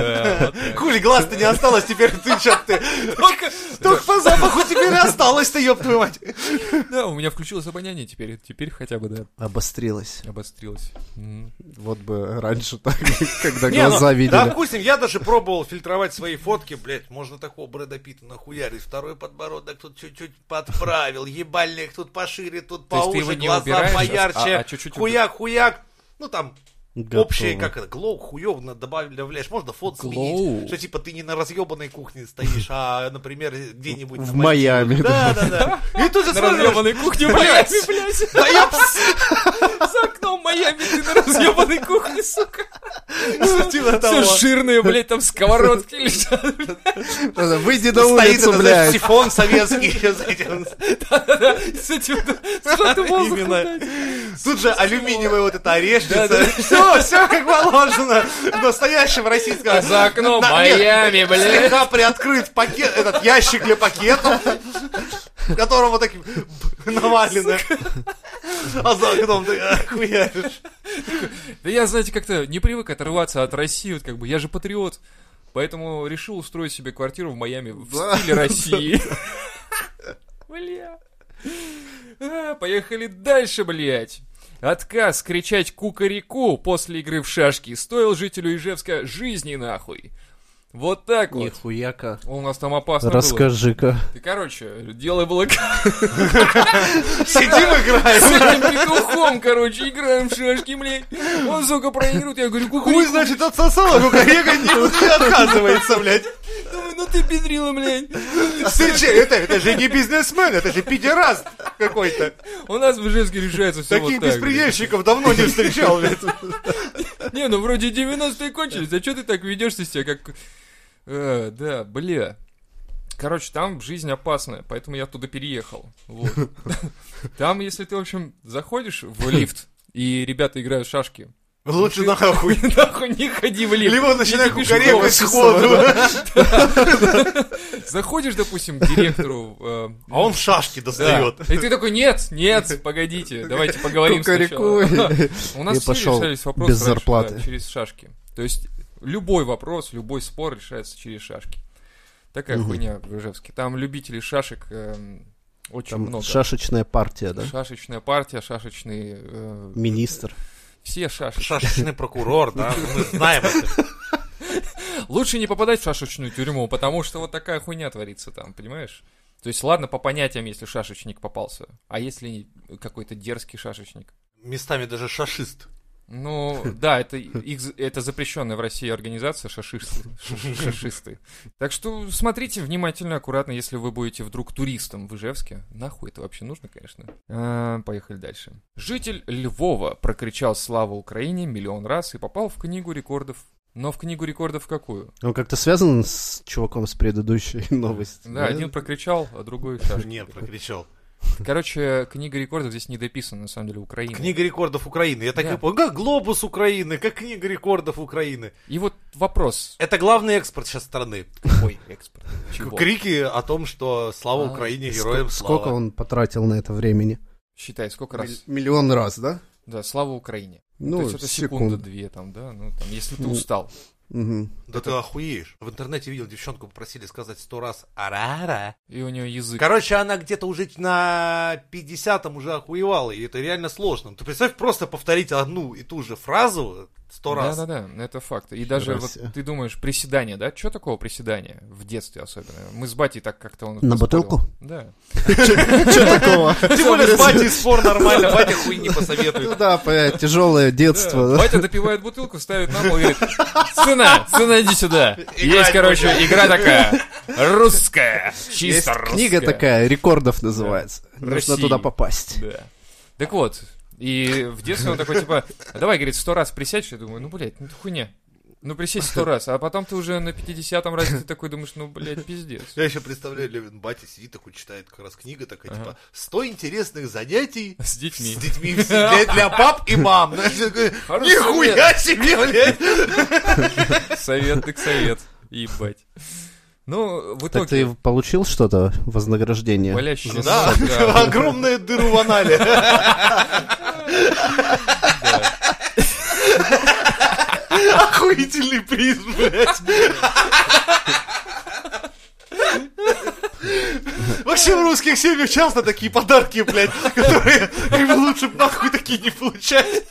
[SPEAKER 4] так.
[SPEAKER 2] Хули, глаз-то не осталось, теперь ты чё ты. Только, только по запаху теперь и осталось-то, ёб твою мать.
[SPEAKER 4] Да, у меня включилось обоняние теперь, теперь хотя бы, да,
[SPEAKER 3] Обострилось.
[SPEAKER 4] обострилось. М.
[SPEAKER 3] Вот бы раньше так, когда
[SPEAKER 2] Не, ну,
[SPEAKER 3] глаза
[SPEAKER 2] Да,
[SPEAKER 3] видели.
[SPEAKER 2] допустим, я даже пробовал фильтровать свои фотки, блядь, можно такого Брэда Питта нахуярить. Второй подбородок тут чуть-чуть подправил, ебальник тут пошире, тут
[SPEAKER 4] То есть ты
[SPEAKER 2] поуже,
[SPEAKER 4] его не
[SPEAKER 2] глаза
[SPEAKER 4] убираешь, а-
[SPEAKER 2] поярче,
[SPEAKER 4] а- а чуть-чуть уби-
[SPEAKER 2] хуяк, хуяк. Ну там,
[SPEAKER 3] Готово.
[SPEAKER 2] Общие, как это, глоу хуёвно добавляешь, можно фон
[SPEAKER 4] Glow?
[SPEAKER 2] сменить, что типа ты не на разъебанной кухне стоишь, а, например, где-нибудь
[SPEAKER 3] В
[SPEAKER 2] на
[SPEAKER 3] Майами.
[SPEAKER 2] Да, да, да. И тут же
[SPEAKER 4] На
[SPEAKER 2] смотришь,
[SPEAKER 4] разъебанной кухне в
[SPEAKER 2] Блядь.
[SPEAKER 4] Майами, блядь.
[SPEAKER 2] да я пс-
[SPEAKER 4] За окном Майами ты на разъебанной кухне, сука.
[SPEAKER 2] типа
[SPEAKER 4] Все
[SPEAKER 2] того.
[SPEAKER 4] жирные, блядь, там сковородки лежат.
[SPEAKER 3] Да, Выйди на
[SPEAKER 2] Стоит
[SPEAKER 3] улицу,
[SPEAKER 2] этот, знаешь,
[SPEAKER 3] блядь.
[SPEAKER 2] сифон советский. с этим.
[SPEAKER 4] С этим, с сжатым воздухом,
[SPEAKER 2] Именно.
[SPEAKER 4] блядь.
[SPEAKER 2] Тут же алюминиевая вот эта
[SPEAKER 4] Да,
[SPEAKER 2] орешница.
[SPEAKER 4] да.
[SPEAKER 2] Все, все как положено. В настоящем российском...
[SPEAKER 4] А За окном
[SPEAKER 2] На-
[SPEAKER 4] Майами, блядь.
[SPEAKER 2] Слегка приоткрыт пакет, этот ящик для пакетов, которому таким навалено. А за окном ты охуяешь.
[SPEAKER 4] Да я, знаете, как-то не привык отрываться от России, вот как бы, я же патриот. Поэтому решил устроить себе квартиру в Майами в
[SPEAKER 3] Да.
[SPEAKER 4] стиле России. Бля. А, Поехали дальше, блядь. Отказ кричать кукареку после игры в шашки стоил жителю Ижевска жизни нахуй. Вот так вот.
[SPEAKER 3] Нихуяка.
[SPEAKER 4] У нас там опасно было.
[SPEAKER 3] Расскажи-ка.
[SPEAKER 4] Ты, короче, дело было
[SPEAKER 2] Сидим, играем.
[SPEAKER 4] с этим петухом, короче, играем в шашки, блядь. Он, сука, проигрывает. Я говорю, кукареку.
[SPEAKER 2] Хуй, значит, отсосала, кукарега не не отказывается, блядь.
[SPEAKER 4] Думаю, ну ты педрила, блядь.
[SPEAKER 2] Ты че, это, это же не бизнесмен, это же пидераст какой-то.
[SPEAKER 4] У нас в Ижевске решается все
[SPEAKER 2] Таких
[SPEAKER 4] вот так. блядь.
[SPEAKER 2] беспредельщиков давно не встречал, блядь.
[SPEAKER 4] Не, ну вроде 90-е кончились, а что ты так ведешься себя, как... Э, да, бля. Короче, там жизнь опасная, поэтому я оттуда переехал. Вот. Там, если ты, в общем, заходишь в лифт, и ребята играют в шашки.
[SPEAKER 2] Лучше нахуй.
[SPEAKER 4] Нахуй не ходи в лифт.
[SPEAKER 2] Либо
[SPEAKER 4] Я
[SPEAKER 2] начинай
[SPEAKER 4] тебе пишу,
[SPEAKER 2] кукарекать
[SPEAKER 4] «Голоси
[SPEAKER 2] сходу.
[SPEAKER 4] Заходишь, допустим, к директору. э,
[SPEAKER 2] А он в шашки
[SPEAKER 4] да.
[SPEAKER 2] достает.
[SPEAKER 4] И ты такой, нет, нет, погодите, давайте поговорим
[SPEAKER 3] Кукареку.
[SPEAKER 4] сначала. У нас
[SPEAKER 3] И
[SPEAKER 4] все
[SPEAKER 3] пошел
[SPEAKER 4] решались вопросы
[SPEAKER 3] без
[SPEAKER 4] раньше,
[SPEAKER 3] зарплаты.
[SPEAKER 4] да, через шашки. То есть любой вопрос, любой спор решается через шашки. Такая хуйня в Ижевске. Там любителей шашек эм, очень
[SPEAKER 3] Там
[SPEAKER 4] много.
[SPEAKER 3] шашечная партия, да?
[SPEAKER 4] Шашечная партия, шашечные... э,
[SPEAKER 3] Министр.
[SPEAKER 4] все шашки.
[SPEAKER 2] Шашечный прокурор, да, Ну, мы знаем это.
[SPEAKER 4] Лучше не попадать в шашечную тюрьму, потому что вот такая хуйня творится там, понимаешь? То есть, ладно, по понятиям, если шашечник попался. А если какой-то дерзкий шашечник?
[SPEAKER 2] Местами даже шашист.
[SPEAKER 4] Ну, да, это, их, за- это запрещенная в России организация шашисты, шаш- шашисты. Так что смотрите внимательно, аккуратно, если вы будете вдруг туристом в Ижевске. Нахуй это вообще нужно, конечно. А, поехали дальше. Житель Львова прокричал «Слава Украине!» миллион раз и попал в книгу рекордов. Но в книгу рекордов какую?
[SPEAKER 3] Он как-то связан с чуваком с предыдущей новости?
[SPEAKER 4] Да, один прокричал, а другой шашки.
[SPEAKER 2] Не, прокричал.
[SPEAKER 4] Короче, книга рекордов здесь не дописана, на самом деле, Украина.
[SPEAKER 2] Книга рекордов Украины. Я так
[SPEAKER 4] Да.
[SPEAKER 2] и понял. Как глобус Украины, как книга рекордов Украины.
[SPEAKER 4] И вот вопрос.
[SPEAKER 2] Это главный экспорт сейчас страны.
[SPEAKER 4] Какой экспорт? Чего?
[SPEAKER 2] Крики о том, что слава
[SPEAKER 4] А,
[SPEAKER 2] Украине,
[SPEAKER 3] Ск-
[SPEAKER 2] героям слава.
[SPEAKER 3] Сколько он потратил на это времени?
[SPEAKER 4] Считай, сколько раз?
[SPEAKER 3] Миль- Миллион раз, да?
[SPEAKER 4] Да, слава Украине.
[SPEAKER 3] Ну,
[SPEAKER 4] То есть это секунда
[SPEAKER 3] секунд.
[SPEAKER 4] две там, да, ну там, если ты
[SPEAKER 3] Ну.
[SPEAKER 4] устал.
[SPEAKER 3] Мгм.
[SPEAKER 2] Да ты охуеешь. В интернете видел, девчонку попросили сказать сто раз «Арара».
[SPEAKER 4] И у нее язык.
[SPEAKER 2] Короче, она где-то уже на 50-м уже охуевала, и это реально сложно. Ты представь, просто повторить одну и ту же фразу сто раз.
[SPEAKER 4] Да, да, да, это факт. И даже вот
[SPEAKER 3] себе.
[SPEAKER 4] ты думаешь, приседание, да? Что такого приседание? В детстве особенно. Мы с батей так как-то он.
[SPEAKER 3] На
[SPEAKER 4] спорил.
[SPEAKER 3] бутылку?
[SPEAKER 4] Да.
[SPEAKER 3] Че такого?
[SPEAKER 2] Тем более с батей спор нормально, батя хуй не посоветует.
[SPEAKER 3] Ну да, понятно, тяжелое
[SPEAKER 4] Да,
[SPEAKER 3] детство. да.
[SPEAKER 4] Батя допивает бутылку, ставит на пол и говорит, сына, сына, иди сюда. Есть,
[SPEAKER 2] Играть
[SPEAKER 4] короче, игра такая, русская,
[SPEAKER 3] Есть
[SPEAKER 4] чисто русская.
[SPEAKER 3] книга такая, рекордов называется. Нужно
[SPEAKER 4] России.
[SPEAKER 3] туда попасть.
[SPEAKER 4] Да. Так вот, и в детстве он такой, типа, «А давай, говорит, сто раз присядь, я думаю, ну, блядь, ну ты хуйня. Ну, присесть сто раз, а потом ты уже на 50-м разе ты такой думаешь, ну, блядь, пиздец.
[SPEAKER 2] Я еще представляю, Левин батя сидит такой, читает как раз книга такая,
[SPEAKER 4] Ага.
[SPEAKER 2] типа, 100 интересных занятий
[SPEAKER 4] С
[SPEAKER 2] с
[SPEAKER 4] детьми.
[SPEAKER 2] детьми в семье для пап и мам. Знаешь, я такой,
[SPEAKER 4] Хороший
[SPEAKER 2] Нихуя себе, блядь!
[SPEAKER 4] Совет так совет. Ебать. Ну, в
[SPEAKER 3] Так
[SPEAKER 4] итоге...
[SPEAKER 3] ты получил что-то, вознаграждение?
[SPEAKER 4] Болящий
[SPEAKER 2] Ну Да, огромная дыру в анале. Охуительный приз, блядь. Вообще в русских семьях часто такие подарки, блядь, которые как бы лучше б нахуй такие не получать.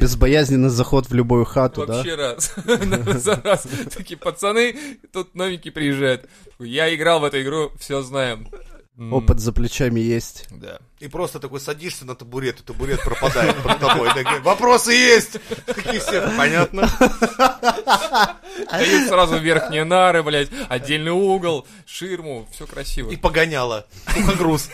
[SPEAKER 3] Безбоязненный заход в любую хату, да?
[SPEAKER 4] Вообще раз. На- за раз. Такие пацаны, тут новенький приезжает. Я играл в эту игру, все знаем. М,
[SPEAKER 3] Опыт за плечами есть.
[SPEAKER 4] Да.
[SPEAKER 2] И просто такой садишься на табурет, и табурет пропадает под тобой. Такие, Вопросы есть! Такие все, понятно.
[SPEAKER 4] Дают сразу верхние нары, блядь, отдельный угол, ширму, все красиво.
[SPEAKER 2] И Типа погоняло. Сухогруз.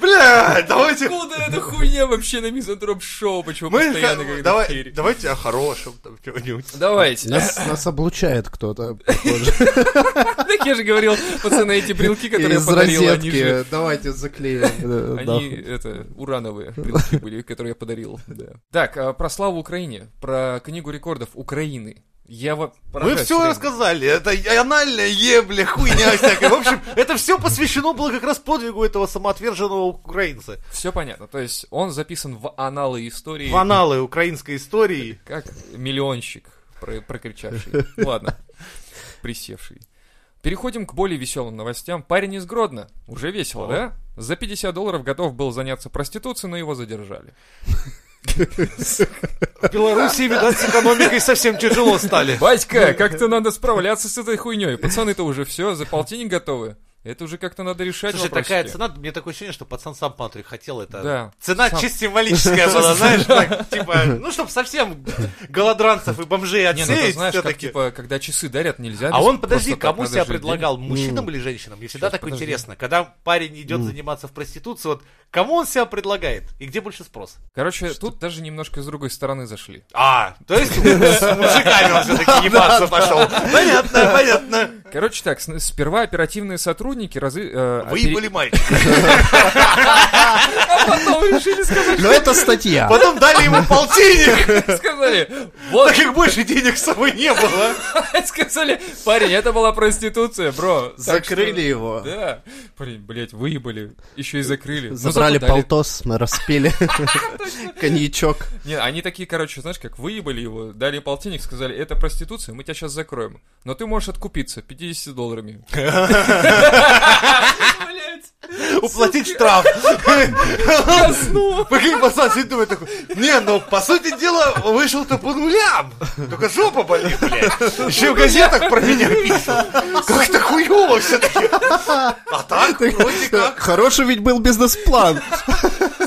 [SPEAKER 2] Бля, давайте...
[SPEAKER 4] Откуда эта хуйня вообще на мизантроп шоу? Почему
[SPEAKER 2] Мы
[SPEAKER 4] постоянно
[SPEAKER 2] ха-
[SPEAKER 4] говорит
[SPEAKER 2] давай,
[SPEAKER 4] херь?
[SPEAKER 2] давайте о хорошем там чего-нибудь.
[SPEAKER 4] Давайте.
[SPEAKER 3] Нас, нас облучает кто-то, похоже.
[SPEAKER 4] Так я же говорил, пацаны, эти брелки, которые я
[SPEAKER 3] Из
[SPEAKER 4] подарил, они же...
[SPEAKER 3] розетки. Давайте заклеим. Э, да.
[SPEAKER 4] Они, это, урановые брелки были, которые я подарил, да. Так, а, про славу Украине, про книгу рекордов Украины. Я вот
[SPEAKER 2] Мы
[SPEAKER 4] поражаюсь
[SPEAKER 2] все
[SPEAKER 4] время.
[SPEAKER 2] рассказали. Это анальная ебля, хуйня всякая. В общем, это все посвящено было как раз подвигу этого самоотверженного украинца.
[SPEAKER 4] Все понятно. То есть он записан в аналы истории.
[SPEAKER 2] В аналы украинской истории.
[SPEAKER 4] Как миллионщик, про- прокричавший. Ладно, присевший. Переходим к более веселым новостям. Парень из Гродно. Уже весело,
[SPEAKER 2] О.
[SPEAKER 4] да? За 50 долларов готов был заняться проституцией, но его задержали.
[SPEAKER 2] В Белоруссии, видать, с экономикой совсем тяжело стали.
[SPEAKER 4] Батька, как-то надо справляться с этой хуйней. Пацаны-то уже все, за полтинник готовы. Это уже как-то надо решать
[SPEAKER 2] Слушай,
[SPEAKER 4] вопросики.
[SPEAKER 2] такая цена, мне такое ощущение, что пацан сам Патрик хотел это.
[SPEAKER 4] а Да.
[SPEAKER 2] Цена
[SPEAKER 4] Сам.
[SPEAKER 2] чисто символическая была, знаешь, так, типа, ну, чтобы совсем голодранцев и бомжей
[SPEAKER 4] Не, ну ты
[SPEAKER 2] отсеять
[SPEAKER 4] знаешь, как,
[SPEAKER 2] все-таки.
[SPEAKER 4] типа, когда часы дарят, нельзя.
[SPEAKER 2] А
[SPEAKER 4] без-
[SPEAKER 2] он, подожди,
[SPEAKER 4] просто так,
[SPEAKER 2] кому
[SPEAKER 4] надо
[SPEAKER 2] себя
[SPEAKER 4] же денег.
[SPEAKER 2] предлагал, мужчинам или женщинам? Мне всегда
[SPEAKER 4] Щас,
[SPEAKER 2] так
[SPEAKER 4] подожди. Ну.
[SPEAKER 2] интересно, когда парень идет заниматься в проституции, вот кому он себя предлагает и где больше спрос?
[SPEAKER 4] Короче, тут даже немножко с другой стороны зашли.
[SPEAKER 2] А, то есть с мужиками он все-таки ебаться пошел. Понятно, понятно.
[SPEAKER 4] Короче, так, с- сперва оперативные сотрудники разы... э,
[SPEAKER 2] Выебали мальчика.
[SPEAKER 4] А потом решили сказать,
[SPEAKER 3] Но это статья.
[SPEAKER 2] Потом дали ему полтинник,
[SPEAKER 4] сказали, вот,
[SPEAKER 2] так как больше денег с собой не было.
[SPEAKER 4] сказали, парень, это была проституция, бро. Так что-
[SPEAKER 3] Закрыли его.
[SPEAKER 4] Да. Парень, блять, выебали, еще и закрыли. Ну,
[SPEAKER 3] Забрали
[SPEAKER 4] зато дали.
[SPEAKER 3] полтос, мы распили коньячок.
[SPEAKER 4] Не, они такие, короче, знаешь, как выебали его, дали полтинник, сказали, это проституция, мы тебя сейчас закроем. Но ты можешь откупиться 50 долларами. Блять,
[SPEAKER 2] Уплатить штраф.
[SPEAKER 4] коснуло.
[SPEAKER 2] Прикинь, пацан сидит думает такой, не, ну, по сути дела, вышел-то по нулям. Только жопа болит, блядь. Еще в газетах про меня пишут. Как-то хуёво все таки А так, вроде как.
[SPEAKER 3] Хороший ведь был бизнес-план.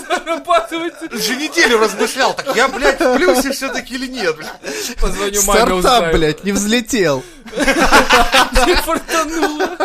[SPEAKER 4] Зарабатывать.
[SPEAKER 2] Же неделю размышлял, так я, блядь, в плюсе все таки или нет, блядь.
[SPEAKER 4] Позвоню маме,
[SPEAKER 3] Стартап,
[SPEAKER 4] узнаю.
[SPEAKER 3] блядь, не взлетел.
[SPEAKER 4] Не фартануло.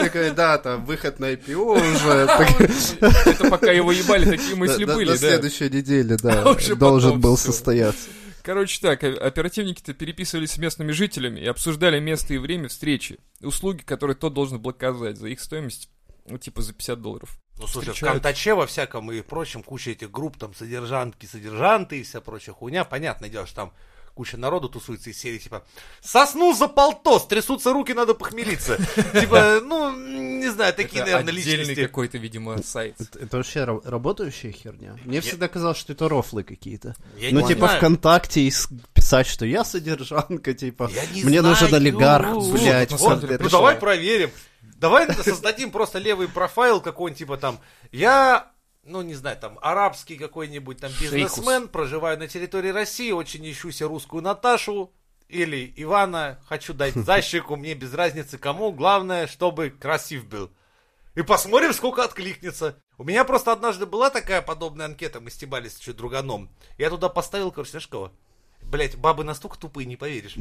[SPEAKER 3] Такой, да, там, выход на IPO уже. Так,
[SPEAKER 4] Это пока его ебали, такие мысли
[SPEAKER 3] да, да,
[SPEAKER 4] были,
[SPEAKER 3] На
[SPEAKER 4] да.
[SPEAKER 3] следующей неделе,
[SPEAKER 4] А
[SPEAKER 3] да,
[SPEAKER 4] уже
[SPEAKER 3] должен
[SPEAKER 4] потом
[SPEAKER 3] был
[SPEAKER 4] всё.
[SPEAKER 3] состояться.
[SPEAKER 4] Короче так, о- оперативники-то переписывались с местными жителями и обсуждали место и время встречи, услуги, которые тот должен был оказать за их стоимость, ну, типа за 50 долларов.
[SPEAKER 2] Ну, слушай, в
[SPEAKER 4] Встречают.
[SPEAKER 2] Кантаче во всяком и прочем куча этих групп, там, содержанки, содержанты и вся прочая хуйня. Понятное дело, что там куча народу тусуется из серии, типа, сосну за полтос, трясутся руки, надо похмелиться. Типа, ну, не знаю, такие,
[SPEAKER 4] Это
[SPEAKER 2] наверное,
[SPEAKER 4] отдельный
[SPEAKER 2] личности.
[SPEAKER 4] какой-то, видимо, сайт.
[SPEAKER 3] Это вообще работающая херня? Мне всегда казалось, что это рофлы какие-то.
[SPEAKER 2] Я
[SPEAKER 3] ну,
[SPEAKER 2] не
[SPEAKER 3] типа,
[SPEAKER 2] знаю.
[SPEAKER 3] ВКонтакте и с- писать, что я содержанка, типа,
[SPEAKER 2] Я не
[SPEAKER 3] мне
[SPEAKER 2] знаю.
[SPEAKER 3] нужен олигарх,
[SPEAKER 2] Слушай,
[SPEAKER 4] вот
[SPEAKER 3] блядь, в
[SPEAKER 2] Вот,
[SPEAKER 4] на самом деле
[SPEAKER 2] ну
[SPEAKER 3] Санкт-Петербурге.
[SPEAKER 2] давай проверим. Давай создадим просто левый профайл какой-нибудь, типа там, я, ну не знаю, там, арабский какой-нибудь там бизнесмен, проживаю на территории России, очень ищу себе русскую Наташу или Ивана, хочу дать защику, мне без разницы кому, главное, чтобы красив был. И посмотрим, сколько откликнется. У меня просто однажды была такая подобная анкета, мы стебались чуть друганом. Я туда поставил, короче, знаешь кого? Блять, бабы настолько тупые, не поверишь.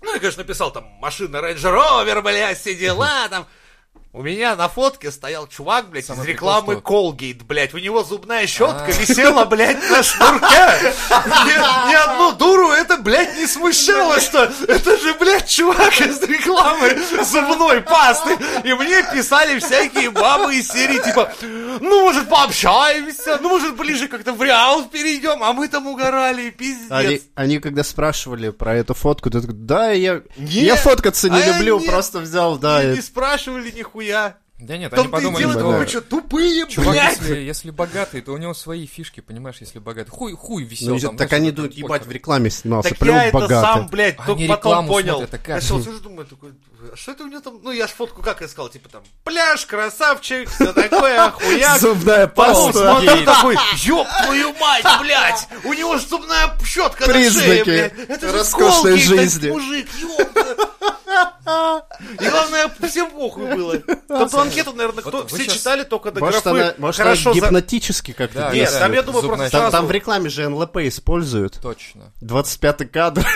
[SPEAKER 2] Ну, я, конечно, написал там машина Range Rover, бля, все дела там. У меня на фотке стоял чувак, блядь, из
[SPEAKER 4] Самое
[SPEAKER 2] рекламы
[SPEAKER 4] прикол,
[SPEAKER 2] Colgate, блядь. У него зубная щетка висела, блядь, на шнурке. Ни, ни одну дуру это, блядь, не смущало, что это же, блядь, чувак из рекламы зубной пасты. И мне писали всякие бабы из серии, типа, ну, может, пообщаемся, ну, может, ближе как-то в реал перейдем, а мы там угорали, пиздец.
[SPEAKER 3] Они, они когда спрашивали про эту фотку, ты такой, да, я,
[SPEAKER 2] Не,
[SPEAKER 3] я фоткаться не
[SPEAKER 2] а я
[SPEAKER 3] люблю,
[SPEAKER 2] не-
[SPEAKER 3] просто взял, да,
[SPEAKER 2] И
[SPEAKER 3] это-
[SPEAKER 2] не спрашивали нихуя.
[SPEAKER 4] Да нет,
[SPEAKER 2] Там
[SPEAKER 4] они
[SPEAKER 2] ты
[SPEAKER 4] подумали,
[SPEAKER 2] дело,
[SPEAKER 3] что-
[SPEAKER 2] вы что, тупые,
[SPEAKER 4] Чувак,
[SPEAKER 2] блядь?
[SPEAKER 4] если, если богатый, то у него свои фишки, понимаешь, если богатый. Хуй, хуй висел
[SPEAKER 3] Ну,
[SPEAKER 4] там.
[SPEAKER 3] так
[SPEAKER 4] знаешь,
[SPEAKER 3] они
[SPEAKER 4] вот
[SPEAKER 3] думают,
[SPEAKER 4] этот
[SPEAKER 3] ебать, в
[SPEAKER 4] покер.
[SPEAKER 3] рекламе снимался,
[SPEAKER 2] Так
[SPEAKER 3] плюс
[SPEAKER 2] я это
[SPEAKER 3] богатый.
[SPEAKER 2] сам, блядь,
[SPEAKER 4] Они
[SPEAKER 2] только потом
[SPEAKER 4] рекламу
[SPEAKER 2] понял.
[SPEAKER 4] смотрят, а как?
[SPEAKER 2] Я сел, сижу, думаю, такой, а что это у него там? Ну, я ж фотку как искал, типа там, пляж, красавчик, все такое, охуяк.
[SPEAKER 3] Зубная
[SPEAKER 2] Потом
[SPEAKER 3] паста.
[SPEAKER 2] смотрю такой, ёб твою мать, блядь, у него же зубная щетка на шее,
[SPEAKER 3] Признаки
[SPEAKER 2] блядь. Это же сколки,
[SPEAKER 3] роскошной жизни.
[SPEAKER 2] мужик, ёб. И главное, всем похуй было. Там ту анкету, наверное, кто,
[SPEAKER 4] Вот вы
[SPEAKER 2] все
[SPEAKER 4] щас-
[SPEAKER 2] читали только до
[SPEAKER 3] Может, она,
[SPEAKER 2] графы.
[SPEAKER 3] может, она
[SPEAKER 2] Хорошо, за-
[SPEAKER 3] гипнотически как-то
[SPEAKER 4] Да,
[SPEAKER 2] Нет,
[SPEAKER 3] действует?
[SPEAKER 2] там, я думаю,
[SPEAKER 4] Зубная
[SPEAKER 2] просто
[SPEAKER 4] щетка.
[SPEAKER 3] Там,
[SPEAKER 2] сразу...
[SPEAKER 3] там в рекламе же НЛП используют.
[SPEAKER 4] Точно.
[SPEAKER 3] 25-й кадр.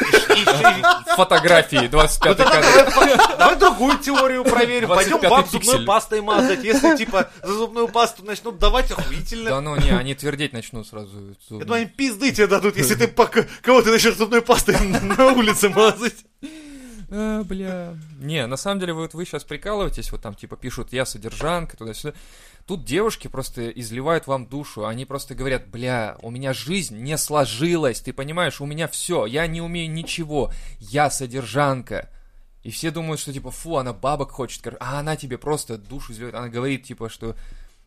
[SPEAKER 4] Фотографии 25
[SPEAKER 2] Вот это
[SPEAKER 4] кадр.
[SPEAKER 2] давай- Давай другую теорию проверим. Пойдем
[SPEAKER 4] 25-й
[SPEAKER 2] баб зубной
[SPEAKER 4] пиксель.
[SPEAKER 2] пастой мазать. Если, типа, за зубную пасту начнут давать,
[SPEAKER 4] Да
[SPEAKER 2] охуительно.
[SPEAKER 4] ну не, они твердеть начнут сразу.
[SPEAKER 2] Я думаю, они пизды тебе дадут, если ты пока кого ты начнешь зубной пастой на улице мазать.
[SPEAKER 4] а, бля. Не, на самом деле, вот вы сейчас прикалываетесь, вот там типа пишут, я содержанка, туда-сюда. Тут девушки просто изливают вам душу, они просто говорят, бля, у меня жизнь не сложилась, ты понимаешь, у меня все, я не умею ничего, я содержанка. И все думают, что типа, фу, она бабок хочет, кор- а она тебе просто душу изливает, она говорит типа, что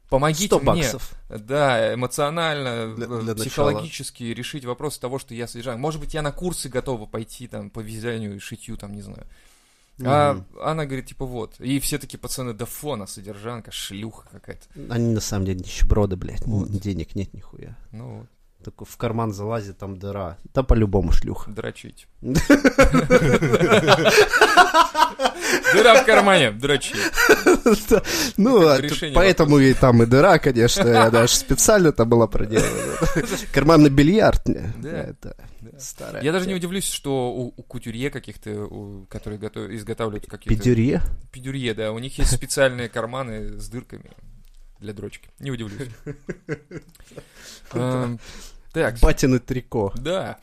[SPEAKER 4] помогите
[SPEAKER 3] 100
[SPEAKER 4] мне.
[SPEAKER 3] баксов.
[SPEAKER 4] Да, эмоционально,
[SPEAKER 3] Для-
[SPEAKER 4] э,
[SPEAKER 3] для
[SPEAKER 4] психологически решить вопрос того, что я содержанка. Может быть, я на курсы готова пойти там по вязанию и шитью, там, не знаю. А она говорит, типа, вот. И все такие пацаны, да фу, она содержанка, шлюха какая-то.
[SPEAKER 3] Они на самом деле нищеброды, блядь. Н- Денег нет нихуя.
[SPEAKER 4] Ну,
[SPEAKER 3] Такой в карман залазит, там дыра. Да по-любому шлюха.
[SPEAKER 4] дрочить. Дыра в кармане, дрочить.
[SPEAKER 3] Да. Ну, а
[SPEAKER 4] решение
[SPEAKER 3] тут поэтому и там и дыра, конечно. Я даже специально там была проделана. Карманный бильярд. не?
[SPEAKER 4] Да.
[SPEAKER 3] Это
[SPEAKER 4] Да.
[SPEAKER 3] старая.
[SPEAKER 4] Я даже не удивлюсь, что у, у кутюрье каких-то, у- которые готов- изготавливают какие-то...
[SPEAKER 3] Пидюрье?
[SPEAKER 4] Пидюрье, да. У них есть специальные карманы с дырками для дрочки. Не удивлюсь. Эм, Так,
[SPEAKER 3] Батины трико.
[SPEAKER 4] да.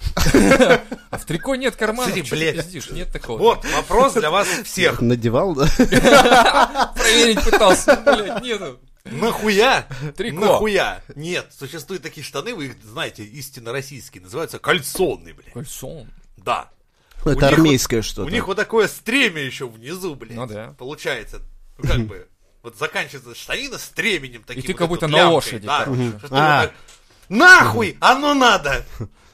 [SPEAKER 4] А в трико нет карманов.
[SPEAKER 2] Смотри,
[SPEAKER 4] чё ты
[SPEAKER 2] блядь.
[SPEAKER 4] пиздишь? Нет такого.
[SPEAKER 2] Вот, вопрос для вас всех.
[SPEAKER 3] Надевал, да?
[SPEAKER 4] Проверить пытался. Блядь, нету.
[SPEAKER 2] Нахуя?
[SPEAKER 4] Трико.
[SPEAKER 2] Нахуя? Нет, существуют такие штаны, вы их знаете, истинно российские, называются кальсонные, блядь.
[SPEAKER 4] Кольцом.
[SPEAKER 2] Да. У
[SPEAKER 3] Это
[SPEAKER 2] них
[SPEAKER 3] армейское
[SPEAKER 2] У
[SPEAKER 3] что-то.
[SPEAKER 2] них вот такое стремя еще внизу, блядь.
[SPEAKER 4] Ну да.
[SPEAKER 2] Получается, ну как бы, вот заканчивается штанина с тременем таким.
[SPEAKER 4] ты
[SPEAKER 2] вот
[SPEAKER 4] как
[SPEAKER 2] этой
[SPEAKER 4] будто
[SPEAKER 2] вот
[SPEAKER 4] на
[SPEAKER 2] лямкой,
[SPEAKER 4] лошади,
[SPEAKER 2] Да.
[SPEAKER 4] короче.
[SPEAKER 2] Что ты
[SPEAKER 3] А.
[SPEAKER 2] вот так, Нахуй! Оно надо!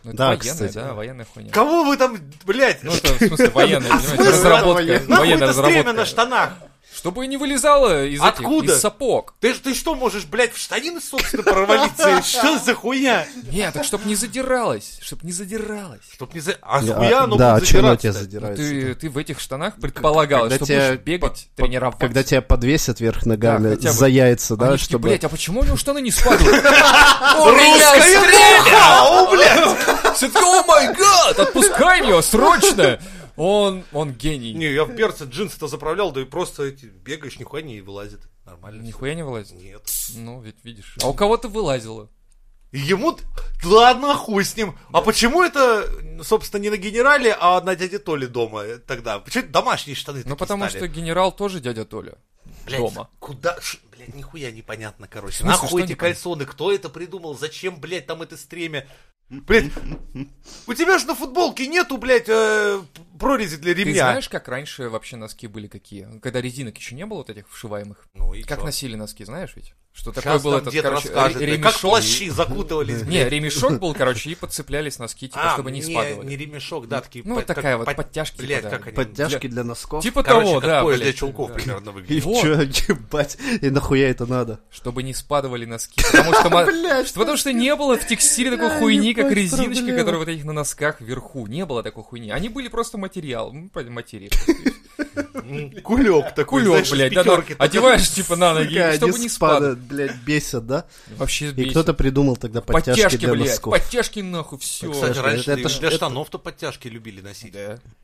[SPEAKER 4] Ну, это
[SPEAKER 3] Да,
[SPEAKER 4] военная,
[SPEAKER 3] кстати.
[SPEAKER 4] да, военная хуйня.
[SPEAKER 2] Кого вы там, блядь?
[SPEAKER 4] Ну, это, в смысле, военная, понимаете,
[SPEAKER 2] смысл
[SPEAKER 4] разработка.
[SPEAKER 2] Нахуй
[SPEAKER 4] Военная
[SPEAKER 2] это стремя на
[SPEAKER 4] разработка.
[SPEAKER 2] штанах?
[SPEAKER 4] Чтобы не вылезало из этих,
[SPEAKER 2] Откуда?
[SPEAKER 4] из сапог.
[SPEAKER 2] Ты, ж- ты что, можешь, блядь, в штанины, собственно, провалиться? Что за хуйня?
[SPEAKER 4] Нет, так чтоб не задиралось, чтоб не задиралось.
[SPEAKER 2] Чтоб не за... А с хуя
[SPEAKER 4] ну,
[SPEAKER 3] Я-
[SPEAKER 2] оно
[SPEAKER 3] Да,
[SPEAKER 2] будет
[SPEAKER 3] чё ну, оно тебя
[SPEAKER 2] задираться-то?
[SPEAKER 3] задирается?
[SPEAKER 4] Ты, ты в этих штанах предполагал,
[SPEAKER 3] когда
[SPEAKER 4] что
[SPEAKER 3] тебя
[SPEAKER 4] будешь бегать, тренироваться.
[SPEAKER 3] А Когда тебя подвесят вверх ногами
[SPEAKER 4] Да, хотя бы.
[SPEAKER 3] за яйца, да,
[SPEAKER 4] Они такие,
[SPEAKER 3] чтобы...
[SPEAKER 4] блядь, а почему у него штаны не спадают?
[SPEAKER 2] Русское время! Ау, блядь!
[SPEAKER 4] Все-таки, о май гад, отпускаем его, срочно! Он, он гений.
[SPEAKER 2] Не, я в берце джинсы-то заправлял, да и просто эти, бегаешь, нихуя не вылазит. Нормально. всё.
[SPEAKER 4] Нихуя не вылазит?
[SPEAKER 2] Нет.
[SPEAKER 4] Ну, ведь видишь. А у кого-то вылазило.
[SPEAKER 2] И ему... т- Ладно, хуй с ним. А почему это, собственно, не на генерале, а на дяде Толе дома э, тогда? Почему это домашние штаны
[SPEAKER 4] Ну, потому что генерал тоже дядя Толя. дома.
[SPEAKER 2] Куда? Ш- Блядь, нихуя непонятно, короче.
[SPEAKER 4] смысле, что
[SPEAKER 2] Нахуй эти
[SPEAKER 4] непонятно?
[SPEAKER 2] кальсоны? Кто это придумал? Зачем, блядь, там это стремя? Блядь, у тебя же на футболке нету, блядь, э, прорези для
[SPEAKER 4] Ты
[SPEAKER 2] ремня.
[SPEAKER 4] знаешь, как раньше вообще носки были какие? Когда резинок еще не было вот этих вшиваемых.
[SPEAKER 2] Ну и
[SPEAKER 4] Как
[SPEAKER 2] чё?
[SPEAKER 4] носили носки, знаешь ведь? Что
[SPEAKER 2] Щас
[SPEAKER 4] такое
[SPEAKER 2] там
[SPEAKER 4] был этот,
[SPEAKER 2] дед
[SPEAKER 4] короче,
[SPEAKER 2] расскажет,
[SPEAKER 4] ре-
[SPEAKER 2] блядь,
[SPEAKER 4] ремешок.
[SPEAKER 2] Как плащи закутывались. блядь.
[SPEAKER 4] Не, ремешок был, короче, и подцеплялись носки, типа,
[SPEAKER 2] А,
[SPEAKER 4] чтобы не
[SPEAKER 2] Не
[SPEAKER 4] спадывали.
[SPEAKER 2] ремешок, да, такие...
[SPEAKER 4] Ну,
[SPEAKER 2] под-
[SPEAKER 4] такая
[SPEAKER 2] как
[SPEAKER 4] вот
[SPEAKER 2] под-
[SPEAKER 4] подтяжки
[SPEAKER 2] Блядь,
[SPEAKER 4] туда.
[SPEAKER 2] как они...
[SPEAKER 3] Подтяжки для носков.
[SPEAKER 4] Типа
[SPEAKER 2] Короче,
[SPEAKER 4] того,
[SPEAKER 2] как
[SPEAKER 4] да,
[SPEAKER 2] пояс
[SPEAKER 4] блядь.
[SPEAKER 2] для чулков
[SPEAKER 4] Да.
[SPEAKER 2] примерно
[SPEAKER 3] И
[SPEAKER 2] выглядит.
[SPEAKER 4] Вот.
[SPEAKER 3] чё, ебать, и нахуя это надо?
[SPEAKER 4] чтобы не спадывали носки. Потому что, мо-
[SPEAKER 3] Бля,
[SPEAKER 4] что- потому что не было в текстиле такой
[SPEAKER 3] Бля,
[SPEAKER 4] хуйни, как
[SPEAKER 3] ебать,
[SPEAKER 4] резиночка,
[SPEAKER 3] проблема.
[SPEAKER 4] которая вот этих на носках вверху. Не было такой хуйни. Они были просто материал. Ну, понятно, материя.
[SPEAKER 2] Кулек такой,
[SPEAKER 4] Кулек, блядь. да, да. Одеваешь типа на
[SPEAKER 3] Сука,
[SPEAKER 4] ноги,
[SPEAKER 3] они
[SPEAKER 4] чтобы не спадать.
[SPEAKER 3] спадают, блядь, бесят, да?
[SPEAKER 4] Вообще
[SPEAKER 3] И
[SPEAKER 4] бесит.
[SPEAKER 3] кто-то придумал тогда подтяжки,
[SPEAKER 4] Подтяжки,
[SPEAKER 3] для
[SPEAKER 4] блядь.
[SPEAKER 3] носков.
[SPEAKER 4] Подтяжки нахуй, все.
[SPEAKER 2] Кстати,
[SPEAKER 3] Слушай,
[SPEAKER 2] раньше
[SPEAKER 3] это
[SPEAKER 2] и
[SPEAKER 3] ж-
[SPEAKER 2] для
[SPEAKER 3] это-
[SPEAKER 2] штанов-то подтяжки любили носить.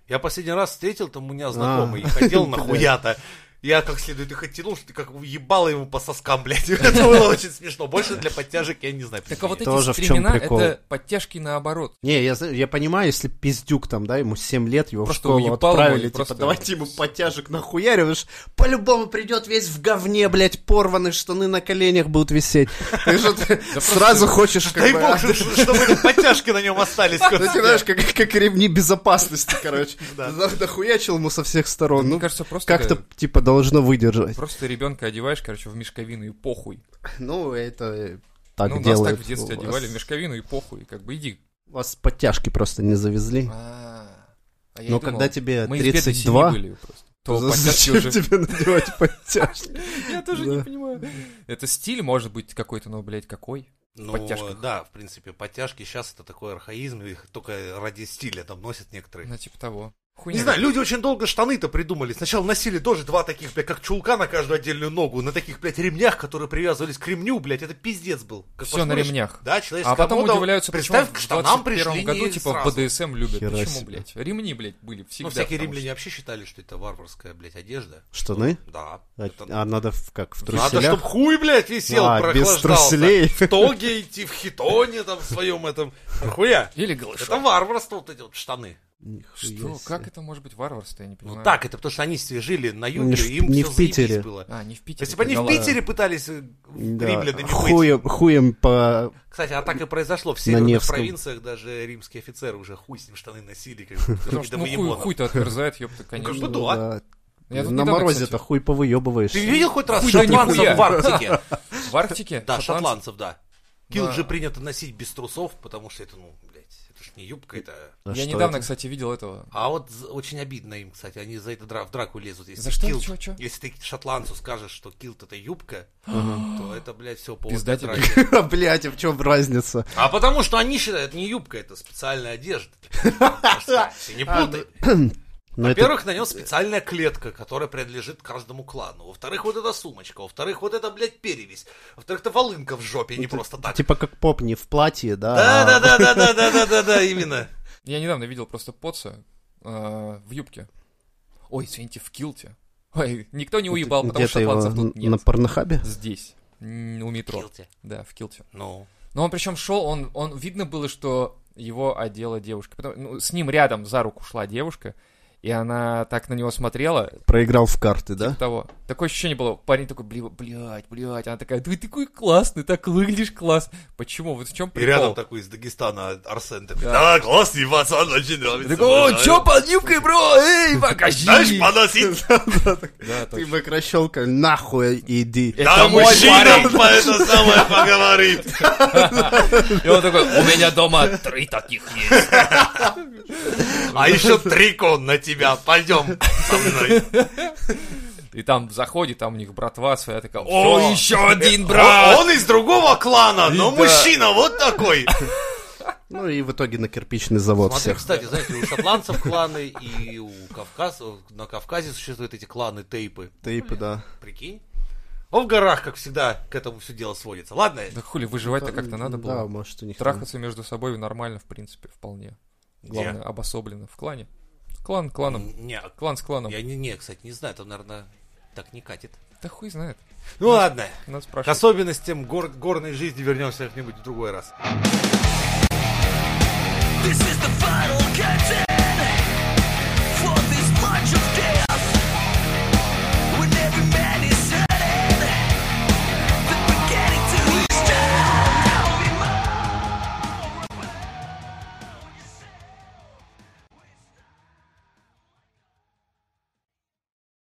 [SPEAKER 2] Я последний раз встретил там у меня знакомый, и
[SPEAKER 3] А.
[SPEAKER 2] хотел нахуя-то. Я как следует их оттянул, что ты как ебало ему по соскам, блядь. Это было очень смешно. Больше для подтяжек я не знаю.
[SPEAKER 4] Так а вот эти
[SPEAKER 3] Тоже в чём
[SPEAKER 4] стремена,
[SPEAKER 3] прикол.
[SPEAKER 4] это подтяжки наоборот.
[SPEAKER 3] Не, я, знаю- я понимаю, если пиздюк там, да, ему 7 лет, его
[SPEAKER 4] Просто
[SPEAKER 3] в школу
[SPEAKER 4] уебал его и
[SPEAKER 3] отправили, типа,
[SPEAKER 4] просто-
[SPEAKER 3] давайте ему подтяжек нахуяриваешь, по-любому придет весь в говне, блядь, порваны, штаны на коленях будут висеть. Ты же ты сразу хочешь, как
[SPEAKER 2] Дай
[SPEAKER 3] бы,
[SPEAKER 2] бог,
[SPEAKER 3] а,
[SPEAKER 2] чтобы чтобы эти подтяжки на нем остались.
[SPEAKER 3] Ну, ты знаешь, как, как ремни безопасности, короче.
[SPEAKER 2] Да.
[SPEAKER 3] Ты Дохуячил ему со всех сторон.
[SPEAKER 4] Мне
[SPEAKER 3] Ну,
[SPEAKER 4] кажется, просто...
[SPEAKER 3] как-то, типа, должно выдержать.
[SPEAKER 4] Просто ребенка одеваешь, короче, в мешковину и похуй.
[SPEAKER 3] Ну, это э, так
[SPEAKER 4] ну, нас
[SPEAKER 3] делают.
[SPEAKER 4] так в детстве
[SPEAKER 3] У вас-
[SPEAKER 4] одевали в мешковину и похуй. Как бы иди.
[SPEAKER 3] Вас подтяжки просто не завезли.
[SPEAKER 4] А, а я
[SPEAKER 3] Но
[SPEAKER 4] и думал,
[SPEAKER 3] когда тебе
[SPEAKER 4] мы из бедной
[SPEAKER 3] 32,
[SPEAKER 4] семьи были просто. то
[SPEAKER 3] За-
[SPEAKER 4] подтяжки
[SPEAKER 3] Зачем
[SPEAKER 4] уже...
[SPEAKER 3] тебе надевать подтяжки?
[SPEAKER 4] Я тоже не
[SPEAKER 3] Да.
[SPEAKER 4] понимаю. Это стиль может быть какой-то, но, блядь, какой?
[SPEAKER 2] Ну,
[SPEAKER 4] подтяжках.
[SPEAKER 2] да, в принципе, подтяжки сейчас это такой архаизм, их только ради стиля там носят некоторые.
[SPEAKER 4] Ну, типа того. Хуйня.
[SPEAKER 2] Не знаю, люди очень долго штаны-то придумали. Сначала носили тоже два таких, блядь, как чулка на каждую отдельную ногу, на таких, блядь, ремнях, которые привязывались к ремню, блядь, это пиздец был. Как
[SPEAKER 4] Все на
[SPEAKER 2] посмотришь,
[SPEAKER 4] ремнях.
[SPEAKER 2] Да, человек
[SPEAKER 4] А
[SPEAKER 2] с
[SPEAKER 4] потом
[SPEAKER 2] комода,
[SPEAKER 4] удивляются,
[SPEAKER 2] представь,
[SPEAKER 4] почему
[SPEAKER 2] к штанам
[SPEAKER 4] в 21
[SPEAKER 2] пришли
[SPEAKER 4] году,
[SPEAKER 2] не
[SPEAKER 4] типа,
[SPEAKER 2] сразу.
[SPEAKER 4] БДСМ любят.
[SPEAKER 3] Хера
[SPEAKER 4] Почему,
[SPEAKER 3] себе.
[SPEAKER 4] блядь? Ремни, блядь, были всегда.
[SPEAKER 2] Ну, всякие
[SPEAKER 4] потому
[SPEAKER 2] римляне вообще считали, что это варварская, блядь, одежда.
[SPEAKER 3] Штаны?
[SPEAKER 2] Да.
[SPEAKER 3] А
[SPEAKER 2] это-
[SPEAKER 3] а надо в- как, в
[SPEAKER 2] Надо, чтоб
[SPEAKER 3] труселях?
[SPEAKER 2] хуй, блядь, висел,
[SPEAKER 3] А, без
[SPEAKER 2] прохлаждался.
[SPEAKER 3] труселей.
[SPEAKER 2] В тоге идти, в хитоне там в своем этом. Хуя.
[SPEAKER 4] что- Или
[SPEAKER 2] Это
[SPEAKER 4] голышом.
[SPEAKER 2] варварство, вот эти вот штаны.
[SPEAKER 3] Нихуя
[SPEAKER 4] Что?
[SPEAKER 3] себе.
[SPEAKER 4] Как это может быть варварство, я не
[SPEAKER 2] Ну
[SPEAKER 4] понимаю.
[SPEAKER 2] так, это потому что они все жили на
[SPEAKER 3] Ну,
[SPEAKER 2] юге,
[SPEAKER 3] Не в-
[SPEAKER 2] и им
[SPEAKER 3] не
[SPEAKER 2] всё
[SPEAKER 3] в Питере.
[SPEAKER 2] заебись было.
[SPEAKER 4] А, не в Питере.
[SPEAKER 2] Если бы они в
[SPEAKER 4] тогда
[SPEAKER 2] Питере пытались э,
[SPEAKER 3] Типа, Да,
[SPEAKER 2] римлянами быть.
[SPEAKER 3] Хуем, хуем по...
[SPEAKER 2] Кстати, а так и произошло. В
[SPEAKER 3] На
[SPEAKER 2] северных
[SPEAKER 3] Невском.
[SPEAKER 2] провинциях даже римские офицеры уже хуй с ним штаны носили, как бы,
[SPEAKER 4] Потому
[SPEAKER 2] такие
[SPEAKER 4] что, ну, хуй,
[SPEAKER 2] домоебоны.
[SPEAKER 4] хуй-то отмерзает, ёпта,
[SPEAKER 2] Как бы
[SPEAKER 4] конечно.
[SPEAKER 2] да.
[SPEAKER 4] Я тут
[SPEAKER 3] На
[SPEAKER 4] недавно,
[SPEAKER 3] морозе-то
[SPEAKER 4] кстати,
[SPEAKER 3] хуй повыебываешь.
[SPEAKER 2] Ты видел хоть раз
[SPEAKER 4] Хуй да нихуя.
[SPEAKER 2] шотландцев в Арктике?
[SPEAKER 4] В Арктике?
[SPEAKER 2] Да,
[SPEAKER 4] шотландцы-
[SPEAKER 2] шотландцев, да. Килт
[SPEAKER 4] Да.
[SPEAKER 2] же принято носить без трусов, потому что это, ну, блядь, это ж не юбка, это...
[SPEAKER 3] А
[SPEAKER 4] Я
[SPEAKER 3] что
[SPEAKER 4] недавно,
[SPEAKER 3] это?
[SPEAKER 4] кстати, видел этого.
[SPEAKER 2] А вот з- очень обидно им, кстати, они за это дра- в драку лезут. Если
[SPEAKER 4] За что?
[SPEAKER 2] килт-
[SPEAKER 4] Чё, чё?
[SPEAKER 2] Если ты шотландцу скажешь, что килт это юбка, то это, блядь, все повод для
[SPEAKER 4] Пизда тебе.
[SPEAKER 2] драки.
[SPEAKER 3] Блять, а в чем разница?
[SPEAKER 2] А потому что они считают, не юбка, это специальная одежда. Потому что ты Не
[SPEAKER 4] А,
[SPEAKER 2] путай.
[SPEAKER 3] А, Ну, это-
[SPEAKER 2] Во-первых, на нем специальная клетка, которая принадлежит каждому клану. Во-вторых, вот эта сумочка. Во-вторых, вот эта, блядь, перевесь. Во-вторых, это волынка в жопе, не просто так.
[SPEAKER 3] Типа как поп не в платье, да? а-
[SPEAKER 2] Да-да-да-да-да-да-да-да, именно.
[SPEAKER 4] Я недавно видел просто поца э, в юбке. Ой, извините, в килте. Ой, никто не уебал, потому что
[SPEAKER 3] Ну, Где-то его
[SPEAKER 4] шотландцев тут нет.
[SPEAKER 3] на порнохабе?
[SPEAKER 4] Здесь. М, У метро. Да, в килте.
[SPEAKER 2] Ну,
[SPEAKER 4] Но он причем шел, он, он видно было, что его одела девушка. Потому- ну, с ним рядом за руку шла девушка, и она так на него смотрела,
[SPEAKER 3] Проиграл в карты, да?
[SPEAKER 4] типа того. Такое ощущение было, парень такой, «Бли- блядь, блядь, она такая, ты такой классный, так выглядишь классно. Почему? Вот в чем
[SPEAKER 2] и
[SPEAKER 4] прикол?
[SPEAKER 2] рядом такой из Дагестана Арсен такой, да, классный пацан, очень нравится.
[SPEAKER 4] Такой, о,
[SPEAKER 2] обожаю».
[SPEAKER 4] чё под юбкой, бро, эй, покажи!
[SPEAKER 2] Знаешь, поносить,
[SPEAKER 4] Да,
[SPEAKER 3] Ты
[SPEAKER 4] точно. Э,
[SPEAKER 3] микрощелка, нахуй иди.
[SPEAKER 2] да,
[SPEAKER 4] Это мой
[SPEAKER 2] мужчина
[SPEAKER 4] парень.
[SPEAKER 2] по это самое поговорит.
[SPEAKER 4] И он такой, у меня дома три таких есть.
[SPEAKER 2] А еще трикон на тебя, пойдем со мной.
[SPEAKER 4] И там заходит, там у них братва своя такая,
[SPEAKER 2] Всё.
[SPEAKER 4] о, еще один брат!
[SPEAKER 2] Он, он из другого клана, но
[SPEAKER 4] Да.
[SPEAKER 2] мужчина вот такой.
[SPEAKER 3] Ну и в итоге на кирпичный завод
[SPEAKER 2] Смотри,
[SPEAKER 3] всех.
[SPEAKER 2] кстати, знаете, у шотландцев кланы и у Кавказ, на Кавказе существуют эти кланы тейпы.
[SPEAKER 3] Тейпы, да.
[SPEAKER 2] Прикинь. О, в горах, как всегда, к этому все дело сводится. Ладно,
[SPEAKER 4] Да хули, выживать-то как-то надо было.
[SPEAKER 3] Да, может у них...
[SPEAKER 4] Трахаться между собой нормально, в принципе, вполне. Главное, обособленно. В клане. Клан кланом.
[SPEAKER 2] М, не, а к-
[SPEAKER 4] Клан с кланом.
[SPEAKER 2] я не, не, кстати, не знаю, там, наверное, так не катит.
[SPEAKER 4] Да хуй знает.
[SPEAKER 2] Ну ладно,
[SPEAKER 4] Нас
[SPEAKER 2] к
[SPEAKER 4] спрашивают.
[SPEAKER 2] особенностям гор- горной жизни вернемся как-нибудь в другой раз.
[SPEAKER 5] This is the final curtain.